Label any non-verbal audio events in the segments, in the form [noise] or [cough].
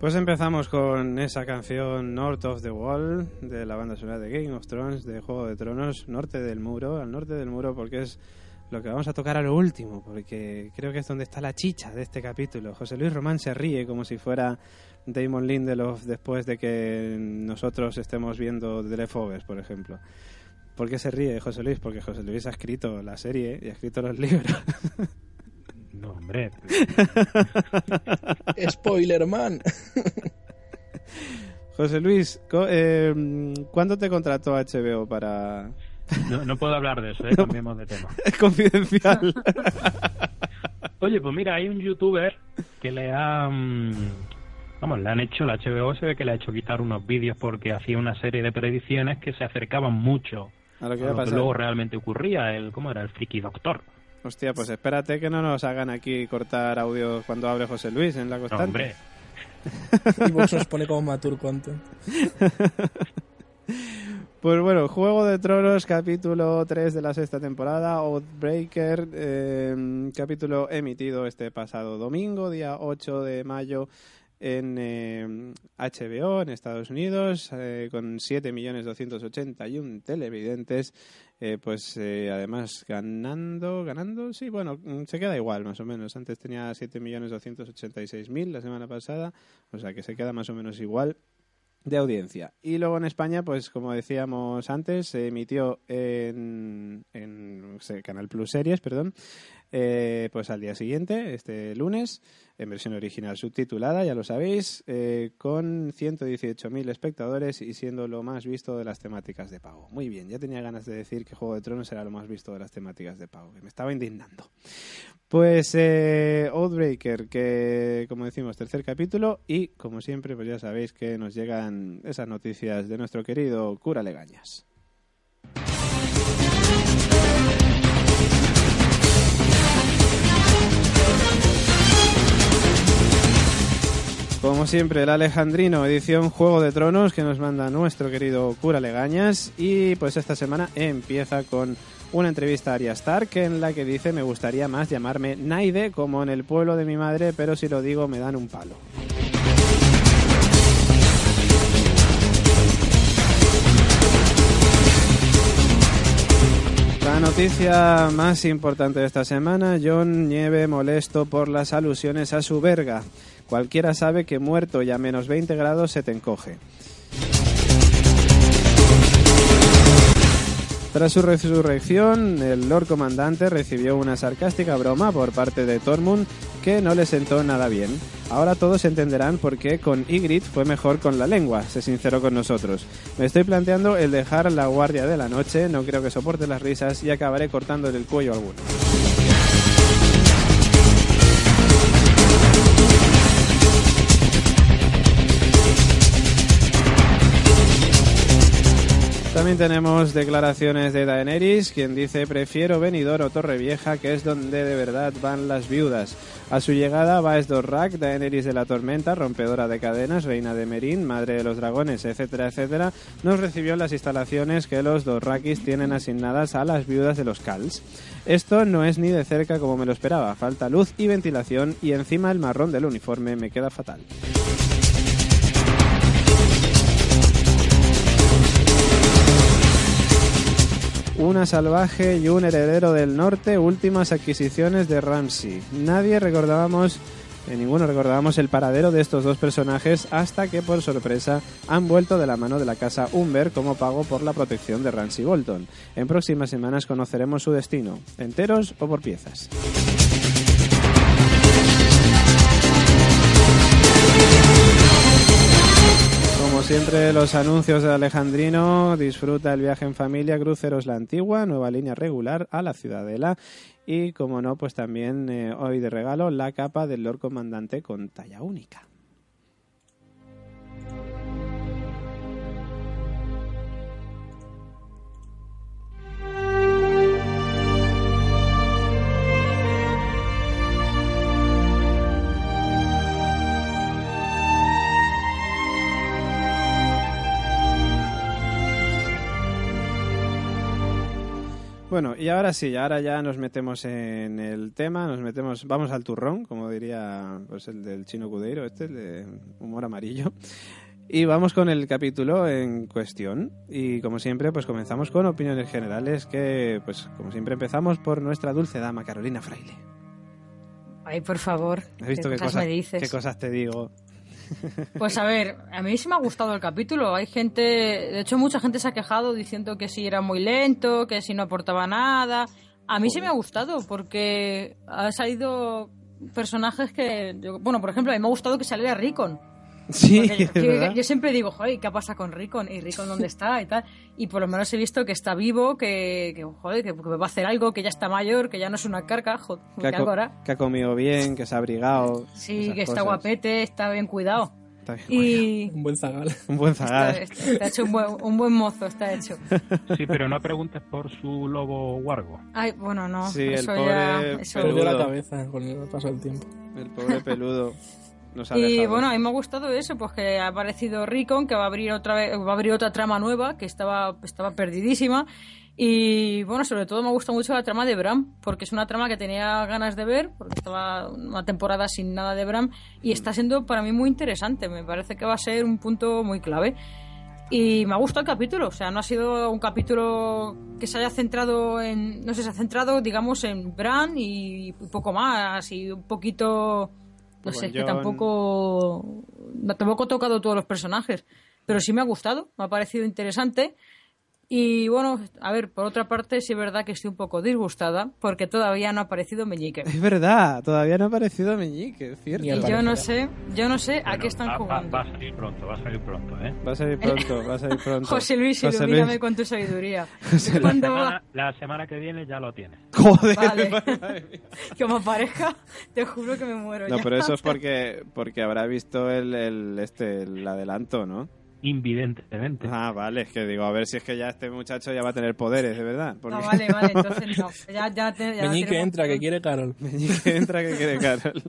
Pues empezamos con esa canción North of the Wall de la banda sonora de Game of Thrones, de Juego de Tronos, Norte del Muro, al norte del muro porque es lo que vamos a tocar a lo último, porque creo que es donde está la chicha de este capítulo. José Luis Román se ríe como si fuera Damon Lindelof después de que nosotros estemos viendo The Leftovers, por ejemplo. ¿Por qué se ríe José Luis? Porque José Luis ha escrito la serie y ha escrito los libros. [laughs] No, hombre. Spoiler man. [laughs] José Luis, eh, ¿cuándo te contrató HBO para...? No, no puedo hablar de eso, ¿eh? cambiemos de tema. Es confidencial. Oye, pues mira, hay un youtuber que le ha... mm, Vamos, le han hecho, la HBO se ve que le ha hecho quitar unos vídeos porque hacía una serie de predicciones que se acercaban mucho [laughs] A lo a que va a lo que pasar. luego realmente ocurría. El, ¿Cómo era? El friki doctor. Hostia, pues espérate que no nos hagan aquí cortar audio cuando hable José Luis en la No, constante. hombre. Y vos os pone como mature content. Pues bueno, Juego de Tronos, capítulo 3 de la sexta temporada, Outbreaker, eh, capítulo emitido este pasado domingo, día 8 de mayo, en eh, HBO, en Estados Unidos, eh, con 7.281 televidentes, eh, pues eh, además ganando, ganando, sí, bueno, mm, se queda igual más o menos. Antes tenía 7.286.000 la semana pasada, o sea que se queda más o menos igual de audiencia. Y luego en España, pues como decíamos antes, se emitió en, en no sé, Canal Plus Series, perdón, eh, pues al día siguiente, este lunes, en versión original subtitulada, ya lo sabéis, eh, con 118.000 espectadores y siendo lo más visto de las temáticas de pago. Muy bien, ya tenía ganas de decir que Juego de Tronos era lo más visto de las temáticas de pago, que me estaba indignando. Pues eh, Outbreaker, que como decimos, tercer capítulo y como siempre, pues ya sabéis que nos llegan esas noticias de nuestro querido cura Legañas. Como siempre, el Alejandrino, edición Juego de Tronos, que nos manda nuestro querido cura Legañas. Y pues esta semana empieza con una entrevista a Arya Stark en la que dice me gustaría más llamarme Naide como en el pueblo de mi madre, pero si lo digo me dan un palo. La noticia más importante de esta semana, John Nieve molesto por las alusiones a su verga. Cualquiera sabe que muerto y a menos 20 grados se te encoge. Tras su resurrección, el Lord Comandante recibió una sarcástica broma por parte de Tormund que no le sentó nada bien. Ahora todos entenderán por qué con Ygritte fue mejor con la lengua, se sinceró con nosotros. Me estoy planteando el dejar la guardia de la noche, no creo que soporte las risas y acabaré cortándole el cuello a alguno. También tenemos declaraciones de Daenerys, quien dice prefiero Benidorm o Torrevieja, que es donde de verdad van las viudas. A su llegada va Esdorrak, Daenerys de la Tormenta, rompedora de cadenas, reina de Merín, madre de los dragones, etcétera, etcétera, nos recibió en las instalaciones que los Dorrakis tienen asignadas a las viudas de los Kals. Esto no es ni de cerca como me lo esperaba, falta luz y ventilación y encima el marrón del uniforme me queda fatal. Una salvaje y un heredero del norte, últimas adquisiciones de Ramsey. Nadie recordábamos, eh, ninguno recordábamos el paradero de estos dos personajes hasta que por sorpresa han vuelto de la mano de la casa Umber como pago por la protección de Ramsey Bolton. En próximas semanas conoceremos su destino, enteros o por piezas. Como siempre, los anuncios de Alejandrino. Disfruta el viaje en familia, cruceros la antigua, nueva línea regular a la Ciudadela. Y como no, pues también eh, hoy de regalo la capa del Lord Comandante con talla única. Bueno, y ahora sí, ahora ya nos metemos en el tema, nos metemos, vamos al turrón, como diría pues, el del chino Cudeiro, este, el de humor amarillo. Y vamos con el capítulo en cuestión. Y como siempre, pues comenzamos con opiniones generales que, pues como siempre, empezamos por nuestra dulce dama, Carolina Fraile. Ay, por favor. ¿Has visto qué cosas, me dices? qué cosas te digo? Pues a ver, a mí sí me ha gustado el capítulo. Hay gente, de hecho, mucha gente se ha quejado diciendo que si era muy lento, que si no aportaba nada. A mí sí me ha gustado porque ha salido personajes que, yo- bueno, por ejemplo, a mí me ha gustado que [laughs] saliera Ricon. Sí, Porque es yo, yo- verdad. yo siempre digo, joder, ¿qué pasa con Ricon? ¿Y Ricon dónde está? Y tal. Y por lo menos he visto que está vivo, que, que, joder, que, que va a hacer algo, que ya está mayor, que ya no es una carca, joder, que, ha ¿qué co- hago ahora? que ha comido bien, que se ha abrigado. Sí, esas que está cosas. guapete, está bien cuidado. Está bien. [laughs] Y Un buen zagal. Un buen está, zagal. está- está hecho un buen, un buen mozo, está hecho. Sí, pero no preguntes por su lobo guargo. Ay, bueno, no, Sí, el eso pobre ya... eso- Peludo. Perdió la cabeza con el paso del tiempo. El pobre peludo nos ha Y dejado. bueno, a mí me ha gustado eso, pues que ha aparecido Ricon, que va a abrir otra vez, va a abrir otra trama nueva, que estaba, estaba perdidísima. Y bueno, sobre todo me ha gustado mucho la trama de Bram, porque es una trama que tenía ganas de ver, porque estaba una temporada sin nada de Bram, y está siendo para mí muy interesante. Me parece que va a ser un punto muy clave. Y me ha gustado el capítulo, o sea, no ha sido un capítulo que se haya centrado en, no sé, se ha centrado, digamos, en Bran y poco más, y un poquito, no Con sé, es que Jon. tampoco, tampoco he tocado todos los personajes, pero sí me ha gustado, me ha parecido interesante. Y bueno, a ver, por otra parte, sí es verdad que estoy un poco disgustada porque todavía no ha aparecido Meñique. Es verdad, todavía no ha aparecido Meñique, es cierto. Ni Y el yo no aparecerá. sé, yo no sé a Bueno, qué están va- va- jugando. Va, a salir pronto, va a salir pronto, ¿eh? Va a salir pronto, va a salir pronto. José Luis, José Luis. ilumíname con tu sabiduría. José Luis. La ¿Cuándo va- semana, la semana que viene ya lo tienes. Joder, Vale. madre [laughs] mía. Como pareja, te juro que me muero. No, ya. pero eso es porque, porque habrá visto el, el, este, el adelanto, ¿no? Invidentemente. Ah, vale, es que digo, a ver si es que ya este muchacho ya va a tener poderes, de verdad. Porque No, vale, vale, entonces no. Ya, ya te, ya Meñique tenemos- entra, que quiere Carol. [laughs] Meñique entra que quede Carol.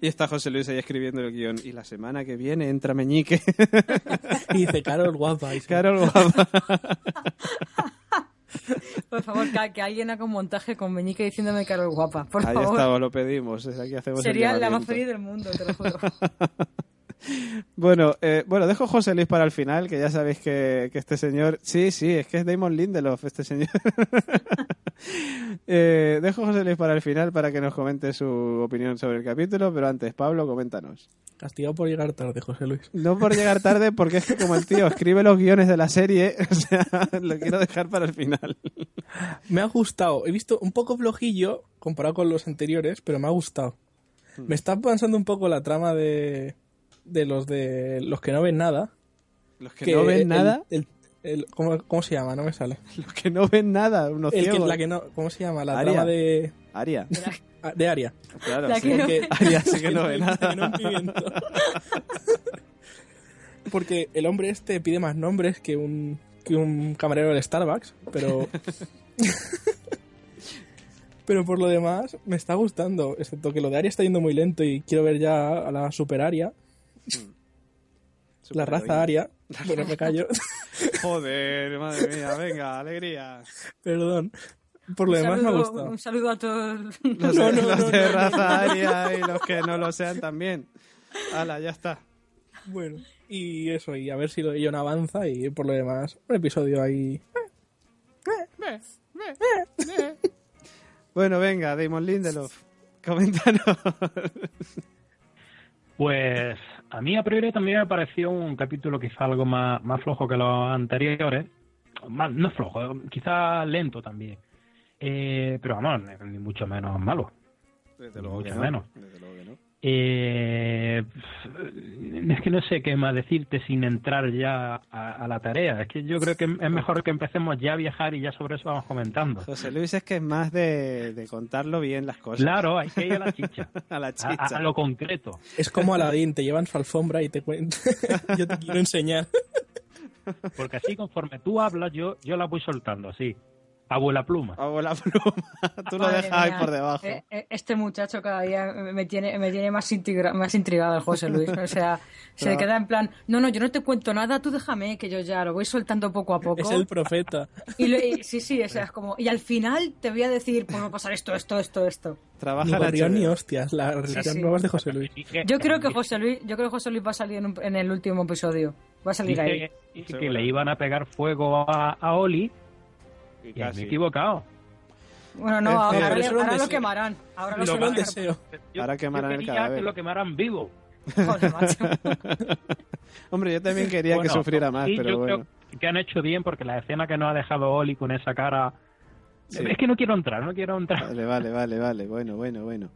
Y está José Luis ahí escribiendo el guión. Y la semana que viene entra Meñique. [laughs] Y dice, Carol, guapa. Y se- Carol guapa. Por favor, que, que alguien haga un montaje con Meñique diciéndome Carol guapa. Por Ahí favor. está, os lo pedimos. Desde aquí hacemos el Sería la más llamamiento. feliz del mundo, te [laughs] lo juro. Bueno, eh, bueno, dejo a José Luis para el final, que ya sabéis que, que este señor. Sí, sí, es que es Damon Lindelof, este señor. [laughs] Eh, dejo a José Luis para el final para que nos comente su opinión sobre el capítulo, pero antes, Pablo, coméntanos. Castigado por llegar tarde, José Luis. No por llegar tarde, porque es que como el tío escribe los guiones de la serie, [laughs] o sea, lo quiero dejar para el final. Me ha gustado. He visto un poco flojillo comparado con los anteriores, pero me ha gustado. Hmm. Me está avanzando un poco la trama de, de los de los que no ven nada. Los que, no ven el- nada, el- el- ¿cómo, cómo se llama? No me sale. los que no ven nada, unos El que, ciegos. la que no, ¿Cómo se llama? La Aria. trama de, [laughs] Aria, de Aria. claro. La sí. que no- [laughs] Porque- Aria sí que no ve La que nada. no pimiento. Porque el hombre este pide más nombres que un, que un camarero del Starbucks, [laughs] pero. pero por lo demás, me está gustando. Excepto que lo de Aria está yendo muy lento y quiero ver ya a la super Aria, la raza Aria. Bueno, me callo. [laughs] Joder, madre mía, venga, alegría. Perdón. Por lo un, demás, me ha saludo, gustado. un saludo a todos. Los, No, de- no, los no, de no, raza aria y los que no lo sean también. Hala, ya está. Bueno, y eso, y a ver si lo de John avanza y por lo demás, un episodio ahí. Bueno, venga, Damon Lindelof, coméntanos. Pues a mí a priori también me pareció un capítulo quizá algo más, más flojo que los anteriores. Más, no flojo, quizá lento también. Eh, pero vamos, ni mucho menos malo. Desde luego que no, Bueno. Desde luego que no. Eh, es que no sé qué más decirte sin entrar ya a, a la tarea. Es que yo creo que es mejor que empecemos ya a viajar y ya sobre eso vamos comentando. José Luis es que es más de, de contarlo bien las cosas. Claro, hay que ir a la chicha, A la a, a- chicha. a lo concreto. Es como Aladín, te llevan su alfombra y te cuentan. [laughs] Yo te quiero enseñar. Porque así conforme tú hablas, yo, yo la voy soltando así. Abuela Pluma. Abuela Pluma. [laughs] Tú lo Madre dejas ahí mía. por debajo. Eh, eh, Este muchacho cada día me tiene, me tiene más, intriga- más intrigado el José Luis. [laughs] O sea, se Claro. queda en plan, no, no, yo no te cuento nada, tú déjame que yo ya lo voy soltando poco a poco. Es el profeta. Y, lo- y- sí, sí, o sea, es como, y al final te voy a decir, pues va a pasar esto, esto, esto, esto. Trabaja Ni en gorrión HBO. ni hostias. La relación sí. nueva es de José Luis. Dije- Yo creo que José Luis, yo creo que José Luis va a salir en, un- en el último episodio. Va a salir dije- ahí. dije que Seguro. le iban a pegar fuego a, a Oli Y y me he casi. equivocado. Bueno, no, Es ahora, que- ahora Pero eso lo han lo dese- quemarán. Ahora lo Lo quemarán. gran deseo. Ahora quemarán el quería cadáver. que lo quemaran vivo. Joder, macho. [laughs] Hombre, yo también quería Bueno, que sufriera más, y pero yo bueno. creo que han hecho bien porque la escena que nos ha dejado Oli con esa cara... Sí. Es que no quiero entrar, no quiero [laughs] entrar. Vale, vale, vale, vale. Bueno, bueno, bueno.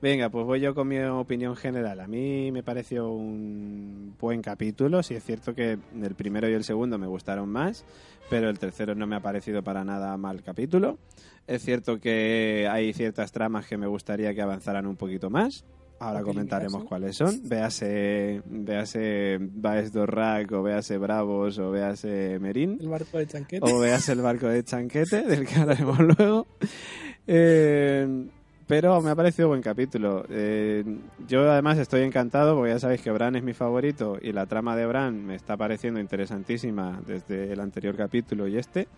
Venga, pues voy yo con mi opinión general. A mí me pareció un buen capítulo. Sí es cierto que el primero y el segundo me gustaron más, pero el tercero no me ha parecido para nada mal capítulo. Es cierto que hay ciertas tramas que me gustaría que avanzaran un poquito más. Ahora Opinión, comentaremos ¿sí? cuáles son. Véase, véase Baez Dorrac o véase Bravos o véase Merín. El barco de chanquete. O veas el barco de Chanquete, del que hablaremos [laughs] luego. Eh, pero me ha parecido buen capítulo. Eh, yo además estoy encantado porque ya sabéis que Bran es mi favorito y la trama de Bran me está pareciendo interesantísima desde el anterior capítulo y este.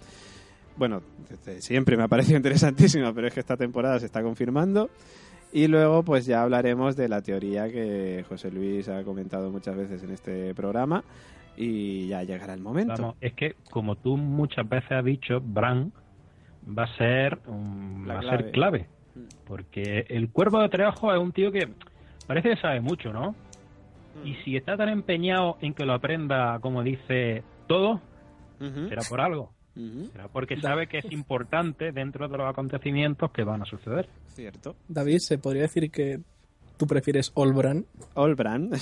Bueno, desde siempre me ha parecido [laughs] interesantísima, pero es que esta temporada se está confirmando. Y luego pues ya hablaremos de la teoría que José Luis ha comentado muchas veces en este programa y ya llegará el momento. Vamos, es que como tú muchas veces has dicho, Bran va a ser, um, La va a clave. Mm. ser clave. Porque el cuervo de tres ojos es un tío que parece que sabe mucho, ¿no? Mm. Y si está tan empeñado en que lo aprenda, como dice todo, Mm. Ujú. será por algo. Ujú, Será porque sabe que es importante dentro de los acontecimientos que van a suceder. Cierto. David, ¿se podría decir que tú prefieres Olbran? All Bran. [laughs]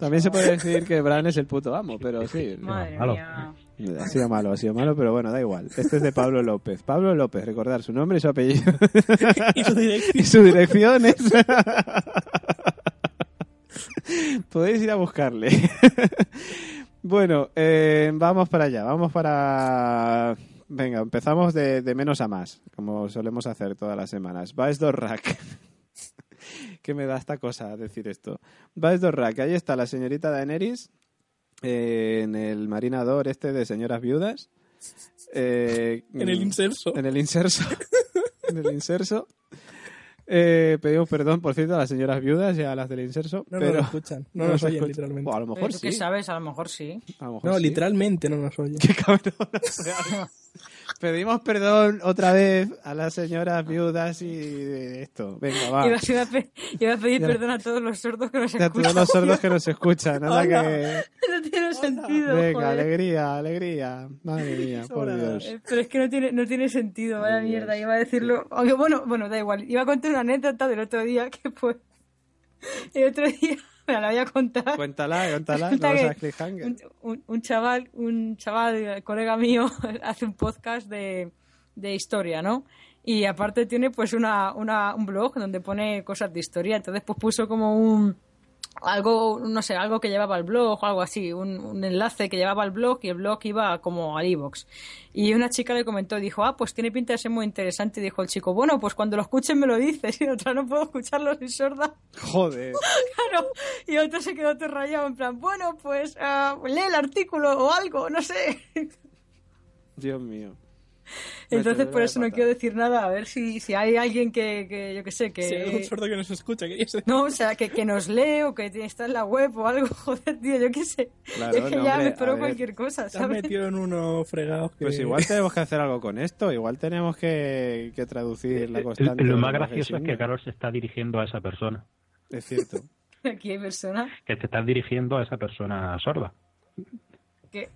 También se puede decir que Bran es el puto amo, pero sí. Madre Malo. mía. Ha sido malo, ha sido malo, pero bueno, da igual. Este es de Pablo López. Pablo López, recordar su nombre y su apellido. y su dirección. Y su dirección [laughs] es... Podéis ir a buscarle. bueno, eh, vamos para allá, vamos para... Venga, empezamos de, de menos a más, como solemos hacer todas las semanas. Baez Dorrack. [laughs] que me da esta cosa decir esto. Baez Dorrack, ahí está la señorita Daenerys eh, en el marinador este de señoras viudas. Eh, En el inserso. en el inserso. [laughs] en el inserso. Eh, pedimos perdón, por cierto, a las señoras viudas y a las del inserso. No pero nos escuchan. No nos se oyen, escucha. literalmente. O a lo Pero mejor tú qué sí. sabes, a lo mejor sí. A lo mejor No, sí. literalmente no nos oyen. Qué [laughs] cabrón. o sea, pedimos perdón otra vez a las señoras viudas y de esto. Venga, va. Iba, iba a pe- iba a pedir Ah. Ya. perdón a todos los sordos que nos A todos escuchan. los sordos que nos escuchan. Nada Hola. que... [laughs] No tiene sentido. Venga, joder. alegría, alegría. Madre mía, por Dios. Eh, Pero es que no tiene, no tiene sentido, vaya Ay, mierda, Dios. iba a decirlo. Aunque bueno, bueno, da igual. Iba a contar una anécdota del otro día que pues [laughs] el otro día [laughs] me la voy a contar. Cuéntala, eh, cuéntala. Cuenta No que- seas cliffhanger. Un, un- un chaval, un chaval, eh, colega mío, [laughs] hace un podcast de, de historia, ¿no? Y aparte tiene pues una, una, un blog donde pone cosas de historia. Entonces pues puso como un algo, no sé, algo que llevaba al blog o algo así, un, un enlace que llevaba al blog y el blog iba como al iVoox. Y una chica le comentó, dijo, ah, pues tiene pinta de ser muy interesante. Y dijo el chico, bueno, pues cuando lo escuchen me lo dices. [laughs] Y otra, no puedo escucharlo, soy sorda. Joder. Claro, y otro se quedó todo rayado en plan, bueno, pues ah, lee el artículo o algo, [laughs] no sé. Dios mío. Me Entonces tendré por la eso no pata. quiero decir nada, a ver si, si hay alguien que, que yo que sé, Si hay que... algún sordo que nos escucha, ¿qué dice? [laughs] No, o sea, que, que nos lee o que está en la web o algo, [laughs] joder, tío, yo qué sé. Claro, es que no, ya hombre, me a espero ver. cualquier cosa, Te has ¿sabes? metido en uno fregado. que- Pues igual tenemos que hacer algo con esto, igual tenemos que, que traducir la constante. Eh, Lo del más lenguaje gracioso es que signo. Carol se está dirigiendo a esa persona. Es cierto. [laughs] Aquí hay personas Que te estás dirigiendo a esa persona sorda. que...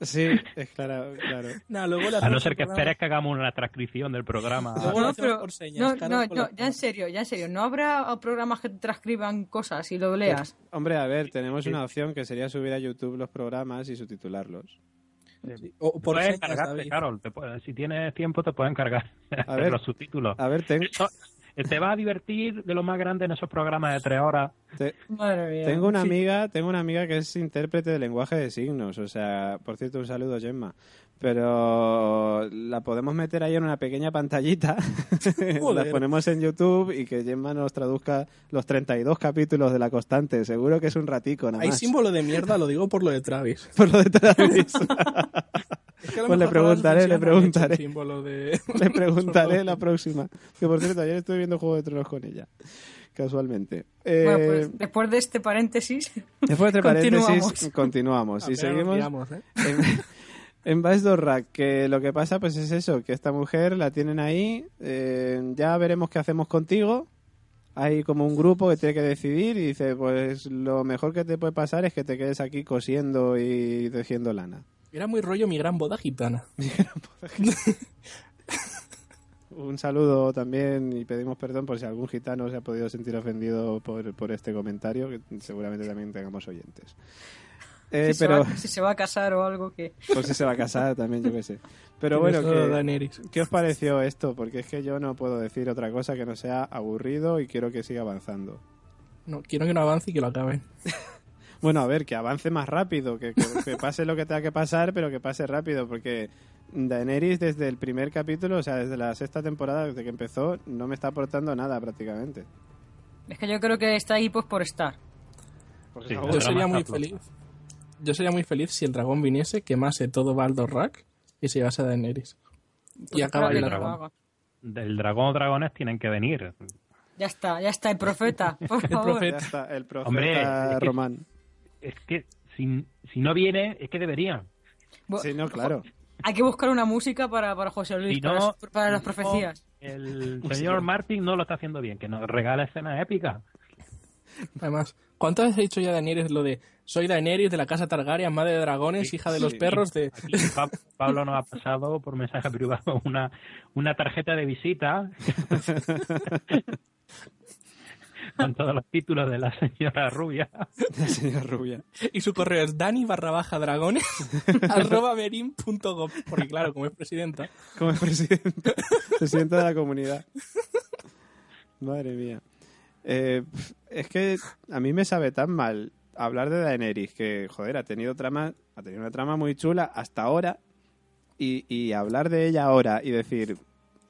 Sí, es claro, claro. [laughs] Nah, luego le A no hacemos ser que el programa. esperes que hagamos una transcripción del [laughs] programa. Luego- lo No, hacemos pero... por señas, No, Carlos, no, con no, las ya en manos. serio, ya en serio. ¿No habrá programas que transcriban cosas y lo [laughs] leas? Hombre, a ver, tenemos una opción que sería subir a YouTube los programas y subtitularlos. Sí, O por puedes señas, encargarte, [laughs] David. Carol. te puedes- si tienes tiempo, te puedes encargar de ver. los subtítulos. A ver, ten- Eso, Te vas a divertir de lo más grande en esos programas de tres horas. Te- Madre mía. Tengo una amiga, tengo una amiga que es intérprete de lenguaje de signos, o sea, por cierto, un saludo Gemma, pero la podemos meter ahí en una pequeña pantallita, [laughs] la Joder. ponemos en YouTube y que Gemma nos traduzca los 32 capítulos de La Constante, seguro que es un ratico nada Hay más. símbolo de mierda, lo digo por lo de Travis. Por lo de Travis. Es que a lo Pues le mejor Travis preguntaré, Scott le han hecho preguntaré. un símbolo de- Le preguntaré la próxima. Que por cierto, ayer estuve viendo Juego de Tronos con ella, casualmente. Eh, Bueno, pues después de este paréntesis, [laughs] después de paréntesis, continuamos. [laughs] continuamos. Y Pues Apenas nos seguimos liamos, ¿eh? en, [laughs] en Vice dos Rack, que lo que pasa pues es eso, que esta mujer la tienen ahí, eh, ya veremos qué hacemos contigo. Hay como un grupo que tiene que decidir y dice, pues lo mejor que te puede pasar es que te quedes aquí cosiendo y tejiendo lana. Era muy rollo mi gran boda gitana. Un saludo también y pedimos perdón por si algún gitano se ha podido sentir ofendido por, por este comentario, que seguramente también tengamos oyentes. Eh, si, pero se va, si se va a casar o algo que... [laughs] por si se va a casar también, yo qué sé. Pero Tienes bueno, todo, que, Daenerys. ¿Qué os pareció esto? Porque es que yo no puedo decir otra cosa que no sea aburrido y quiero que siga avanzando. No, quiero que no avance y que lo acaben. Bueno, a ver, que avance más rápido, que, que- que pase lo que tenga que pasar, pero que pase rápido, porque Daenerys desde el primer capítulo, o sea, desde la sexta temporada, desde que empezó, no me está aportando nada prácticamente. Es que yo creo que está ahí pues por estar. Porque Sí, está la Yo aburrido. drama sería está muy floja. feliz. Yo sería muy feliz si el dragón viniese, quemase todo Baldor Rack y se llevase a Daenerys. Y acaba Pues Espero ahí que la no lo trama. haga. Del dragón o dragones tienen que venir. Ya está, ya está, el profeta, por favor. Ya está, el profeta Hombre, es que- Román. Es que si, si no viene, es que deberían. Bu- Sí, no, claro. [laughs] Hay que buscar una música para, para José Luis, Si para, no- las, para las no, profecías. [laughs] El señor Martin no lo está haciendo bien, que nos regala escenas épicas. Además, ¿cuántas veces he dicho ya Daenerys lo de soy Daenerys de la casa Targaryen, madre de dragones, Sí, hija de sí. los perros de... Aquí Pa- Pablo nos ha pasado por mensaje privado una, una tarjeta de [laughs] visita con todos los títulos de la señora rubia. La señora rubia. Y su correo es dani barra [laughs] baja dragones arroba merin punto gov, Porque claro, como es presidenta, como el [laughs] presidente, presidente de la comunidad. Madre mía. Eh, pf, es que a mí me sabe tan mal hablar de Daenerys, que joder, ha tenido trama, ha tenido una trama muy chula hasta ahora, y, y hablar de ella ahora y decir,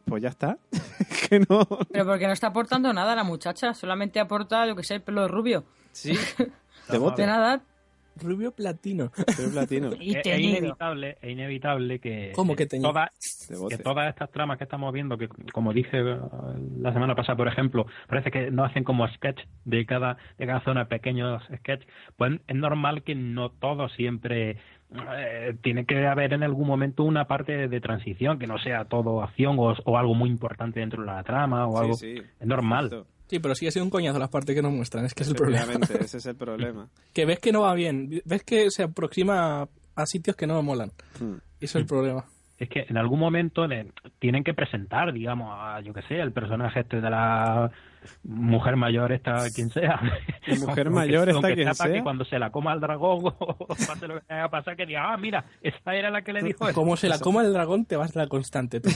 pues ya está, [laughs] Es que no. Pero porque no está aportando nada la muchacha, solamente aporta, yo que sé, el pelo rubio. Sí. De De bote, nada, rubio platino. soy platino, y es, es teñido. E, inevitable, es inevitable que, ¿Cómo que teñido? todas- de que bote. todas estas tramas que estamos viendo, que como dije eh, la semana pasada, por ejemplo, parece que no hacen como sketch de cada, de cada zona, pequeños sketch, pues es normal que no todo siempre eh, tiene que haber en algún momento una parte de, de transición, que no sea todo acción o, o algo muy importante dentro de la trama o algo. Sí, sí. Es normal. Exacto. Sí, pero sigue siendo un coñazo las partes que nos muestran, es que es el problema. Efectivamente, ese es el [laughs] problema. Que ves que no va bien, ves que se aproxima a- a sitios que no molan. Hmm. [laughs] Eso es el Mm. problema. Es que en algún momento le tienen que presentar, digamos, a, yo que sé, el personaje este de la mujer mayor, esta quien sea. La mujer [laughs] Aunque- mayor, esta aunque quien para sea. Que cuando se la coma el dragón [laughs] o pase lo que tenga que pasar, que diga, ah, mira, esa era la que le [laughs] dijo eso. Como se la coma el dragón, te vas a la constante. tú.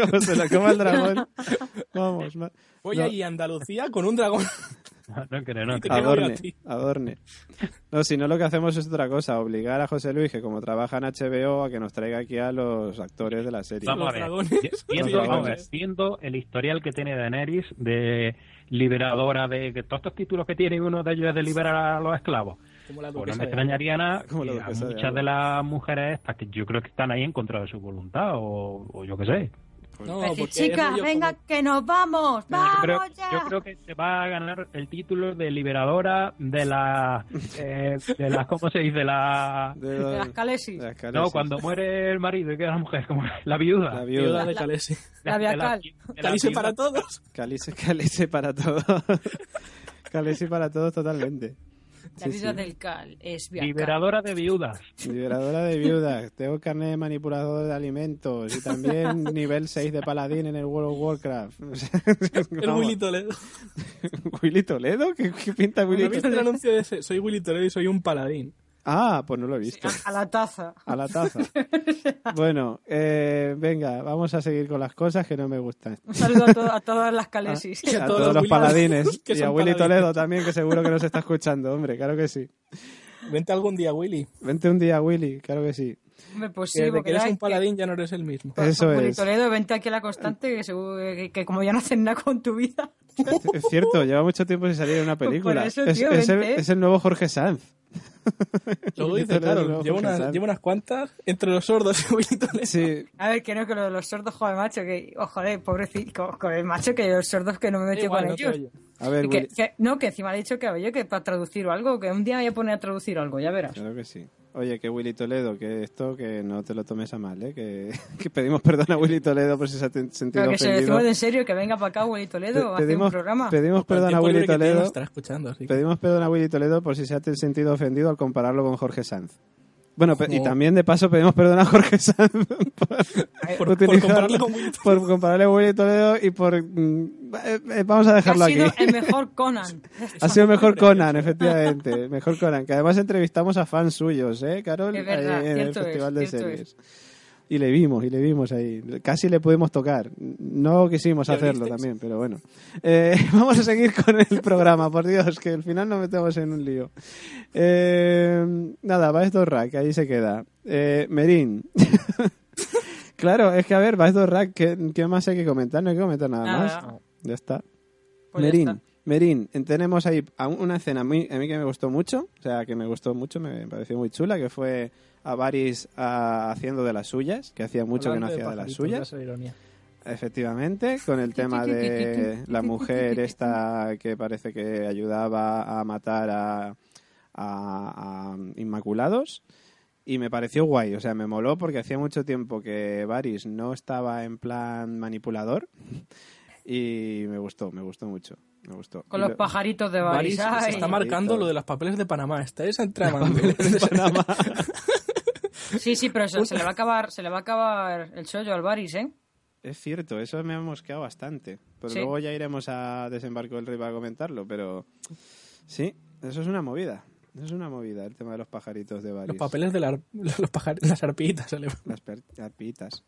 Como se la coma el dragón. Vamos, ma- Voy No. ahí a Andalucía con un dragón. [laughs] No creo, no creo. Te voy a Adorne, ti. adorne. No, si no lo que hacemos es otra cosa, obligar a José Luis, que como trabaja en HBO, a que nos traiga aquí a los actores de la serie. [laughs] Vamos a ver. dragones. [laughs] Viendo, Los vamos a ver, dragones. viendo el historial que tiene Daenerys de liberadora, de que todos estos títulos que tiene, uno de ellos es de liberar a los esclavos. Como la Pues no duquesa me de- extrañaría nada [laughs] Como la que a duquesa de muchas Alba. de las mujeres estas que yo creo que están ahí en contra de su voluntad o, o yo qué sé. No, Decir, porque es chicas, rollo venga, como- que nos vamos, vamos yo, creo, ya. yo creo que se va a ganar el título de liberadora [laughs] de la, eh, de las ¿cómo se dice? La, De De los- las Calesis, de las Calesis. no, cuando muere el marido y queda la mujer, como la viuda. La Viuda viuda. de Calesi. La De- de Viacal. de la Calice viuda. para [laughs] todos. Calice, calice para [laughs] todos. calice para todos totalmente. la Sí, vida sí. del Cal es Viacal. Liberadora de viudas. Liberadora de viudas. Tengo carnet de manipulador de alimentos. Y también nivel 6 de paladín en el World of Warcraft. [laughs] El Willy Toledo. Willy Toledo. ¿Qué, qué pinta ¿No Willy viste el Toledo? anuncio de ese? Soy Willy Toledo y soy un paladín. Ah, pues no lo he visto. A, a la taza. A la [laughs] taza. Bueno, eh, venga, vamos a seguir con las cosas que no me gustan. Un saludo a, to- a todas las calesis. A, a todos todos los los Willy- [laughs] paladines. que Y a son Willy paladines. Toledo también, que seguro que nos está escuchando, hombre, claro que sí. Vente algún día, Willy. Vente un día, Willy, claro que sí. Hombre, pues Que sí, desde que porque eres ya- un paladín ya no eres el mismo. que- Eso Juli es. Toledo, vente aquí a la constante, que, seguro que- que como ya no hacen nada con tu vida. Es cierto, lleva mucho tiempo sin salir en una Pues por película. eso, es, tío, es el, vente. es el nuevo Jorge Sanz. Luego Willy dice, Toledo, claro, luego lleva Jorge unas, Sanz. lleva unas cuantas entre los sordos y Willy Toledo. Sí, A ver, que no, que lo de los sordos, joder, macho, que, oh, joder, pobrecito, con el macho, que los sordos que no me he Da metido igual, con no te ellos. oye. a ver, Y que- Willy. que- no, que encima le he dicho que oye, que para traducir o algo, que un día me voy a poner a traducir algo, ya verás. Claro que sí. Oye, que Willy Toledo, que esto, que no te lo tomes a mal, ¿eh? que, [laughs] que pedimos perdón a Willy Toledo por si se ha ten- sentido Pero que se lo ofendido. decimos en serio, que venga para acá, Willy Pe- Toledo, a hacer un pedimos, programa. pedimos Por el perdón a tiempo Willy libre que tiene, nos Toledo. estará escuchando, así que- Pedimos perdón a Willy Toledo por si se ha ten- sentido ofendido al compararlo con Jorge Sanz. Bueno, pe- y No. también de paso pedimos perdón a Jorge [laughs] Sanz por, por, por utilizar- compararlo con Willy Toledo. por compararle a Willy Toledo y por... mm, eh, eh, vamos a dejarlo ha sido aquí. el mejor Conan. Ha sido mejor Conan, efectivamente. Mejor Conan. Que además entrevistamos a fans suyos, ¿eh, Carol? Es verdad, Ahí en el cierto es, Festival de cierto Series. Y le vimos, y le vimos ahí. Casi le pudimos tocar. No quisimos ¿Le hacerlo oísteis? también, pero bueno. Eh, [laughs] vamos a seguir con el programa, por Dios, que al final nos metemos en un lío. Eh, nada, Baez Rack, ahí se queda. Eh, Merín. [laughs] claro, es que a ver, Baez Rack, ¿qué, qué más hay que comentar? No hay que comentar [laughs] nada Nada. más. Ya está. Pues ya Merín, está. Merín, eh, tenemos ahí a un- una escena muy- a mí que me gustó mucho, o sea, que me gustó mucho, me pareció muy chula, que fue a Varys ah, haciendo de las suyas, que hacía mucho Hablando que no hacía de las pajaritos, suyas, ya soy ironía. efectivamente, con el tema de la mujer esta que parece que ayudaba a matar a, a- a Inmaculados. Y me pareció guay, o sea, me moló porque hacía mucho tiempo que Varys no estaba en plan manipulador y me gustó, me gustó mucho, me gustó. Con Y los lo- [laughs] pajaritos de Baris Baris. se ay. está Ay. marcando lo de los papeles de Panamá. Está esa entramando. Sí, sí, pero eso, se le va a acabar, se le va a acabar el chollo al Baris, ¿eh? Es cierto, eso me ha mosqueado bastante. Pero Sí. luego ya iremos a Desembarco del Rey para comentarlo, pero sí, eso es una movida. Eso es una movida, el tema de los pajaritos de Varys. Los papeles de la ar- los pajar- las arpillitas. se le- Las per- arpitas.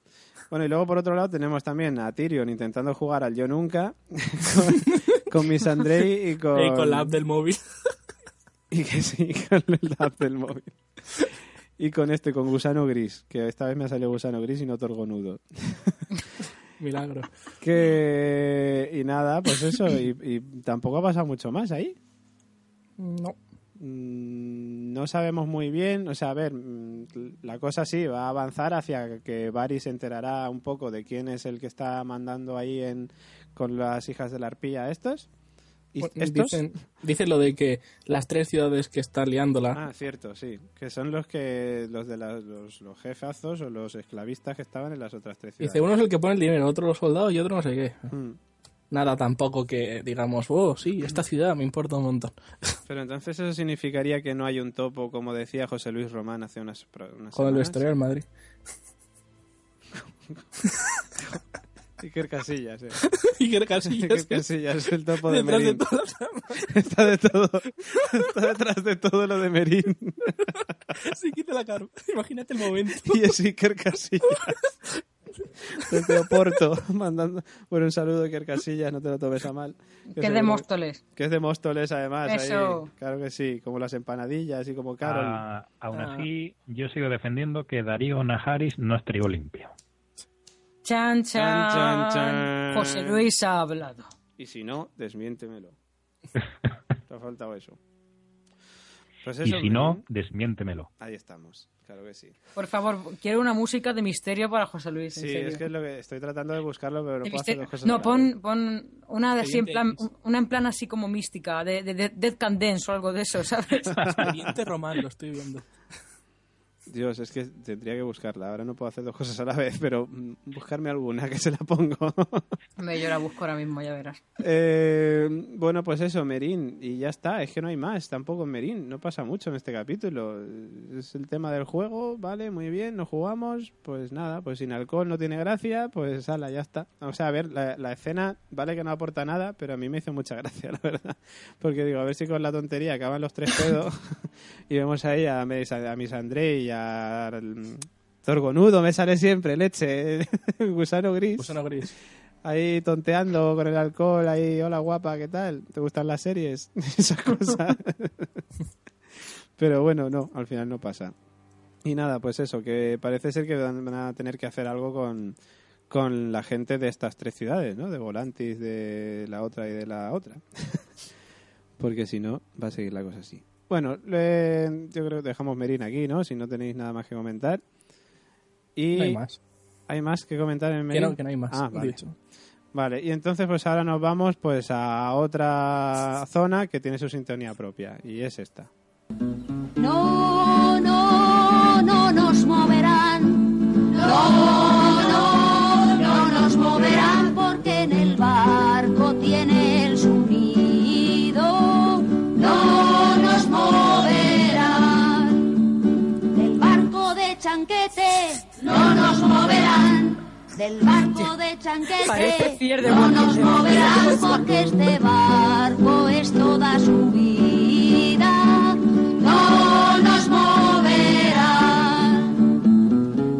Bueno, y luego por otro lado tenemos también a Tyrion intentando jugar al Yo Nunca [laughs] con, con Miss Andrei y con... Y con la app del móvil. [laughs] Y que sí, [laughs] con el app del móvil. Y con este, con Gusano Gris, que esta vez me ha salido Gusano Gris y no Torgonudo. Milagro. Que... Y nada, pues eso. Y, y tampoco ha pasado mucho más ahí. No. Mm, No sabemos muy bien. O sea, a ver, mm, la cosa sí va a avanzar hacia que Varys se enterará un poco de quién es el que está mandando ahí en, con las hijas de la arpía estos. ¿Y estos? pues, Dicen, dicen lo de que las tres ciudades que está liándola. Ah, cierto, sí. Que son los que los de la- los, los jefazos o los esclavistas que estaban en las otras tres ciudades. dice uno es el que pone el dinero, otro los soldados y otro no sé qué. Mm. Nada tampoco que digamos, oh, sí, esta ciudad me importa un montón. Pero entonces eso significaría que no hay un topo, como decía José Luis Román hace unas, pro- unas Con el semanas. vestuario del Madrid. Iker Casillas, eh. [laughs] Iker Casillas Iker Casillas, el topo de detrás de Merín. [laughs] todas las Está de todo. Está detrás de todo lo de Merín. Se quita la cara. [laughs] Imagínate el momento. Y es Iker Casillas. Desde Oporto, mandando. Bueno, un saludo, Iker Casillas, no te lo tomes a mal. Que es de seguro- Móstoles. Que es de Móstoles, además. ahí. Eso. Claro que sí, como las empanadillas y como Carol. Ah, aún Ah. así, yo sigo defendiendo que Darío Najaris no es trigo limpio. Chan, Chan, chan, chan, chan. José Luis ha hablado. Y si no, [laughs] desmiéntemelo. Te ha faltado eso. Pues eso, y si no, Merín, desmiéntemelo. Ahí estamos, claro que sí. Por favor, quiero una música de misterio para José Luis. en Sí, serio. es que es lo que estoy tratando de buscarlo, pero no De puedo hacer dos misterio. cosas. a No, la vez. pon, pon una de así en Expediente plan, X. una en plan así como mística, [laughs] de, de, de Dead Can Dance o algo de eso, ¿sabes? Expediente Román, lo estoy viendo. Dios, es que tendría que buscarla. Ahora no puedo hacer dos cosas a la vez, pero mm, buscarme alguna que se la pongo. [laughs] Hombre, yo la busco ahora mismo, ya verás. Eh, bueno, pues eso, Merín. Y ya está, es que no hay más tampoco en Merín. No pasa mucho en este capítulo. Es el tema del juego, vale, muy bien, no jugamos. Pues nada, pues sin alcohol no tiene gracia, pues ala, ya está. O sea, a ver, la, la escena, vale que no aporta nada, pero a mí me hizo mucha gracia, la verdad. Porque digo, a ver si con la tontería acaban los tres pedos y vemos ahí a, mis- a mis André y a... al- Torgonudo, me sale siempre, leche, [laughs] gusano gris Gusano gris. ahí tonteando con el alcohol, ahí, hola guapa, ¿qué tal? ¿Te gustan las series? [laughs] Esas cosas. Pero bueno, no, al final no pasa. Y nada, pues eso, que parece ser que van van a tener que hacer algo con, con la gente de estas tres ciudades, ¿no? De Volantis, de la otra y de la otra. [laughs] Porque si no, va a seguir la cosa así. Bueno, le- yo creo que dejamos Merín aquí, ¿no? Si no tenéis nada más que comentar. Y No hay más. ¿Hay más que comentar en Que Merín? no, que no hay más. Ah, he vale. dicho. Vale, y entonces pues ahora nos vamos pues a otra zona que tiene su sintonía propia y es esta. [laughs] No, no, no nos moverán. No, no, no nos moverán porque en el barco tiene el sonido. No nos moverán. Del barco de chanquete no nos moverán. Del barco de Parece chanquete Fier de no Walking nos Dead. moverán porque este barco es toda su vida. No nos moverán.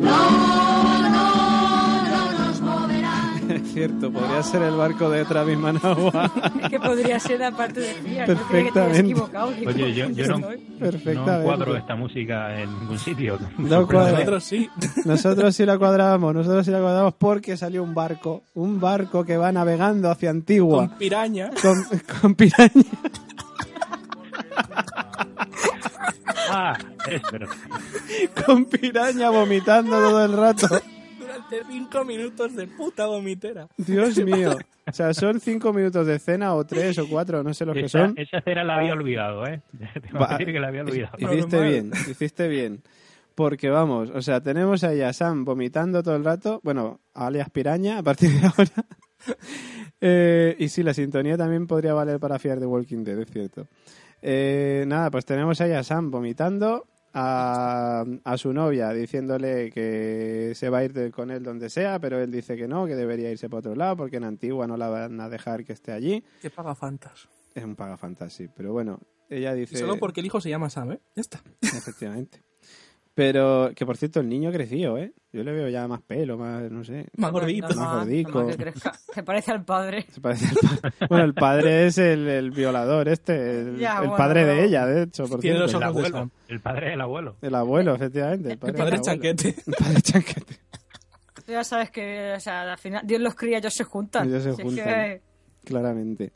No, no, no nos moverán. Es cierto, podría ser el barco de Travis Managua. Es que podría ser aparte de Fier. Yo creía que te habías Perfectamente. equivocado. Digo, Oye, yo, [laughs] yo no, estoy? Perfectamente. no cuadro esta música en ningún sitio. pues. [laughs] [laughs] No cuadra. Nosotros sí. [laughs] Nosotros sí la cuadrábamos, nosotros sí la cuadrábamos porque salió un barco, un barco que va navegando hacia Con Antigua piraña. con, con piraña. Ah, es verdad. con piraña vomitando todo el rato. Durante cinco minutos de puta vomitera. Dios mío. O sea, son cinco minutos de cena o tres o cuatro, no sé los que Esa, son. Ah. esa cera la había olvidado, ¿eh? [laughs] Tengo Va- que decir que la había olvidado. Pero Hiciste normal. bien, hiciste bien. Porque vamos, o sea, tenemos ahí a Sam vomitando todo el rato, bueno, alias piraña a partir de [laughs] ahora. Eh, y sí, la sintonía también podría valer para fiar de Walking Dead, es cierto. Eh, nada, pues tenemos ahí a Sam vomitando, a, a su novia diciéndole que se va a ir de- con él donde sea, pero él dice que no, que debería irse para otro lado porque en Antigua no la van a dejar que esté allí. Que paga fantas. Es un pagafantasy, pero bueno, ella Y dice... solo porque el hijo se llama Sam, ¿eh? Ya está. [laughs] Efectivamente. Pero que por cierto, el niño creció, ¿eh? Yo le veo ya más pelo, más, no sé. Más gordito. Normal, Más gordico. normal que crezca. Se parece al padre. Se parece al [laughs] pa- bueno, el padre es el, el violador este, el, Ya, el bueno, padre de pero- ella, de hecho, por Tiene los cierto. El ojos de abuelo, Sam. el padre del abuelo. El abuelo, efectivamente. El padre, El padre del es abuelo. chanquete. El padre chanquete. Tú ya sabes que, o sea, al final Dios los cría, ellos se juntan. Ellos se Si es juntan. que- Claramente.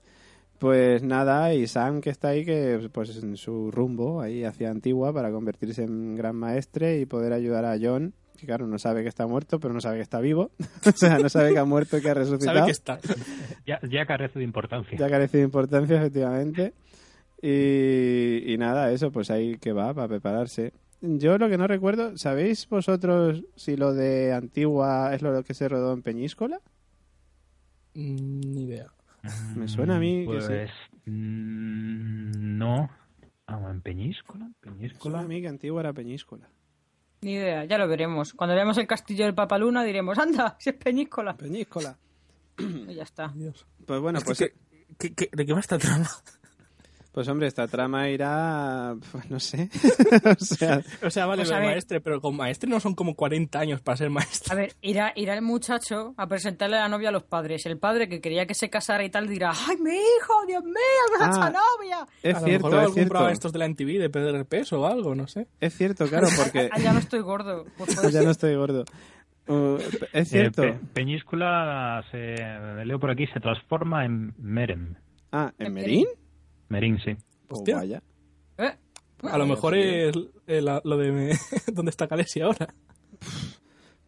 Pues nada, y Sam que está ahí, que pues en su rumbo, ahí hacia Antigua, para convertirse en gran maestre y poder ayudar a John, que claro, no sabe que está muerto, pero no sabe que está vivo. [laughs] o sea, no sabe que ha muerto, que ha resucitado. Sabe que está. Ya, ya carece de importancia. Ya carece de importancia, efectivamente. Y, y nada, eso, pues ahí que va, para prepararse. Yo lo que no recuerdo, ¿sabéis vosotros si lo de Antigua es lo que se rodó en Peñíscola? Mm, Ni idea. Me suena a mí que sí. pues, mm, no. Ah, en Peñíscola, en Peñíscola. Con a mí que Antigua era Peñíscola. Ni idea, ya lo veremos. Cuando veamos el castillo del Papaluna diremos, anda, [laughs] si es Peñíscola. Peñíscola. Y ya está. Dios. Pues bueno, Es que- pues, ¿qué- qué- ¿De qué va esta trama? pues hombre, esta trama irá, pues no sé. [laughs] o sea, [laughs] O sea, vale, Pues lo a de ver. maestre, pero con maestre no son como 40 años para ser A maestre. ver, irá, irá el muchacho a presentarle a la novia a los padres. El padre que quería que se casara y tal dirá, ¡ay, mi hijo, Dios mío, que es Ah. esa novia! es cierto, a lo mejor es algún cierto. programa de estos de la NTV de perder peso o algo, no sé. Es cierto, claro, [laughs] porque Ah, ya no estoy gordo. Pues puede [laughs] ya ser. no estoy gordo. Uh, es Eh, cierto. Pe- Peñíscola, se, leo por aquí, se transforma en Merem. Ah, ¿en Merín? Merín, sí. Pues Hostia. vaya. ¿Eh? A lo mejor sí. es eh, la- lo de [laughs] dónde está Calesi ahora.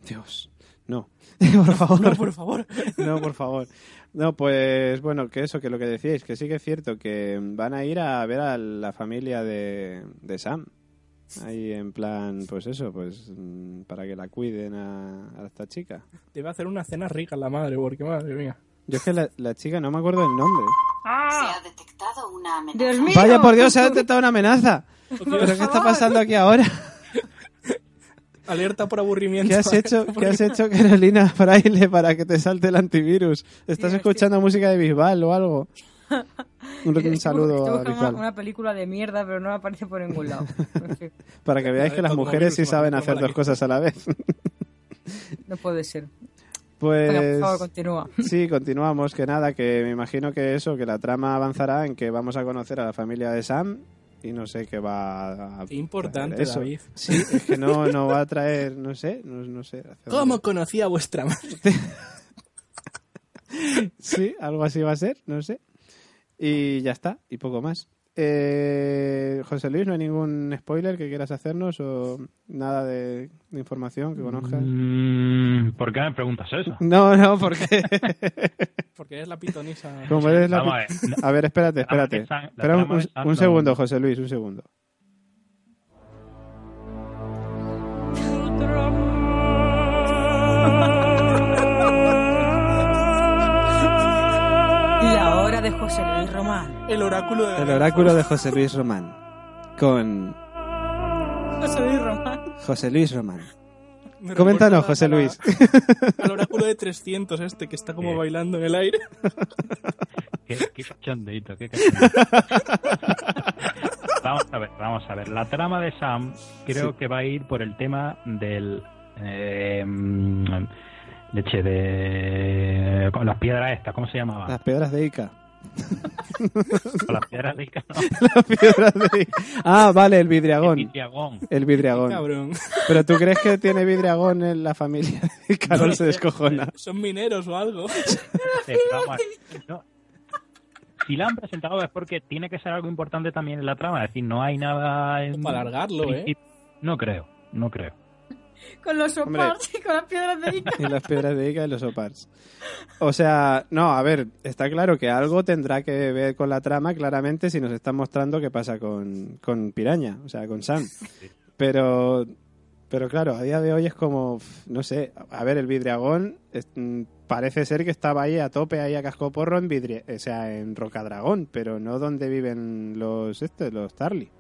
Dios, no, por favor, No, por favor. no, por favor. No, pues bueno, que eso, que lo que decíais, que sí que es cierto que van a ir a ver a la familia de, de Sam. Ahí en plan, pues eso, pues mm, para que la cuiden a, a esta chica. [laughs] Debe hacer una cena rica la madre, porque [laughs] madre mía. Yo es que la, la chica no me acuerdo del nombre. Ah. Se ha detectado una amenaza. [laughs] Dios mío. Vaya por Dios, se ha detectado una amenaza. ¿Pero qué está pasando aquí ahora? Alerta por [laughs] aburrimiento. ¿Qué has hecho, ¿qué has hecho Carolina Fraile para que te salte el antivirus? ¿Estás Dios, escuchando música de Bisbal o [laughs] algo? Un, Estoy un bu- estoy saludo a buscando una, Bisbal. una película de mierda, pero no me aparece por ningún lado. En fin, Para que veáis que las mujeres sí saben hacer dos cosas a la vez. [laughs] no puede ser. Venga, por Pues... favor, continúa. Sí, continuamos. Que nada, que me imagino que eso, que la trama avanzará en que vamos a conocer a la familia de Sam y no sé qué va a. Qué importante, traer eso. David. Sí, es que no, no va a traer, no sé, no, no sé. hacia [laughs] ¿Cómo dónde. conocí a vuestra madre? Sí, algo así va a ser, no sé. Y ya está, y poco más. Eh, José Luis, ¿no hay ningún spoiler que quieras hacernos o nada de, de información que conozcas? Mm, ¿Por qué me preguntas eso? No, no, porque [laughs] Porque es la pitonisa. como eres la... Vamos a ver. A ver, espérate, La trama espérate. de Sam- la Espera un, trama de Sam un no- segundo, José Luis, un segundo. La hora de José Luis Román. El oráculo de... El oráculo de José Luis Román. Con José Luis Román. José Luis Román. Me recuerda Coméntanos, a- José a la- Luis. [laughs] Al [laughs] oráculo de 300 este, que está como Eh. bailando en el aire. Qué, qué cachondeito, qué [laughs] cachondeito. vamos a ver, vamos a ver. La trama de Sam creo que va a ir por el tema del eh, mm, leche de con las piedras estas, ¿cómo se llamaba? Ah. Las piedras de Ica. Con las piedras de Ica, no, [laughs] Las piedras de Ica. Ah, vale, el vidriagón. Pitiagón. El vidriagón. Cabrón. Pero tú crees que tiene vidriagón en la familia y Carol se descojona. Son mineros o algo. Eh, pero vamos a ver, no. Si la han presentado es porque tiene que ser algo importante también en la trama, es decir, no hay nada en Para alargarlo, ¿eh? No creo, no creo. Con los Hombre. sopars y con las piedras de [laughs] Ica. Y las piedras de Ica y los opars. O sea, no, a ver, está claro que algo tendrá que ver con la trama, claramente, si nos están mostrando qué pasa con, con Piraña, o sea, con Sam. Pero, pero claro, a día de hoy es como, pf, no sé, a ver, el vidriagón es- mm, parece ser que estaba ahí a tope, ahí a cascoporro, en vidri o sea, en Rocadragón, pero no donde viven los, este, los Tarly.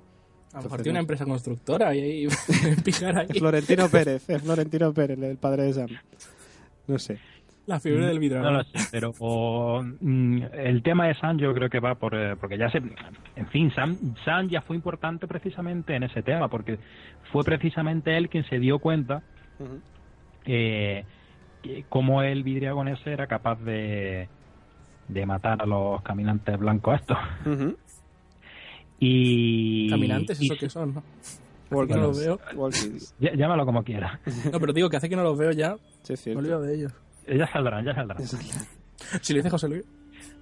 A lo mejor tiene una empresa constructora y ahí [laughs] picar ahí Es Florentino Pérez, es Florentino Pérez, el padre de Sam. No sé. la figura del vidrio. Mm. No lo sé, pero o, mm, el tema de Sam yo creo que va por... eh, porque ya se... En fin, Sam, Sam ya fue importante precisamente en ese tema, porque fue precisamente él quien se dio cuenta eh, que- cómo el vidriagón ese era capaz de, de matar a los caminantes blancos estos. Ujú. Y... Caminantes, y- eso que son, ¿no? Porque no los [laughs] veo. Walkins. llá- Llámalo como quiera. No, pero digo que hace que no los veo ya. Sí, es Me cierto. olvido de ellos. Ya saldrán, ya saldrán. Si lo dice José Luis.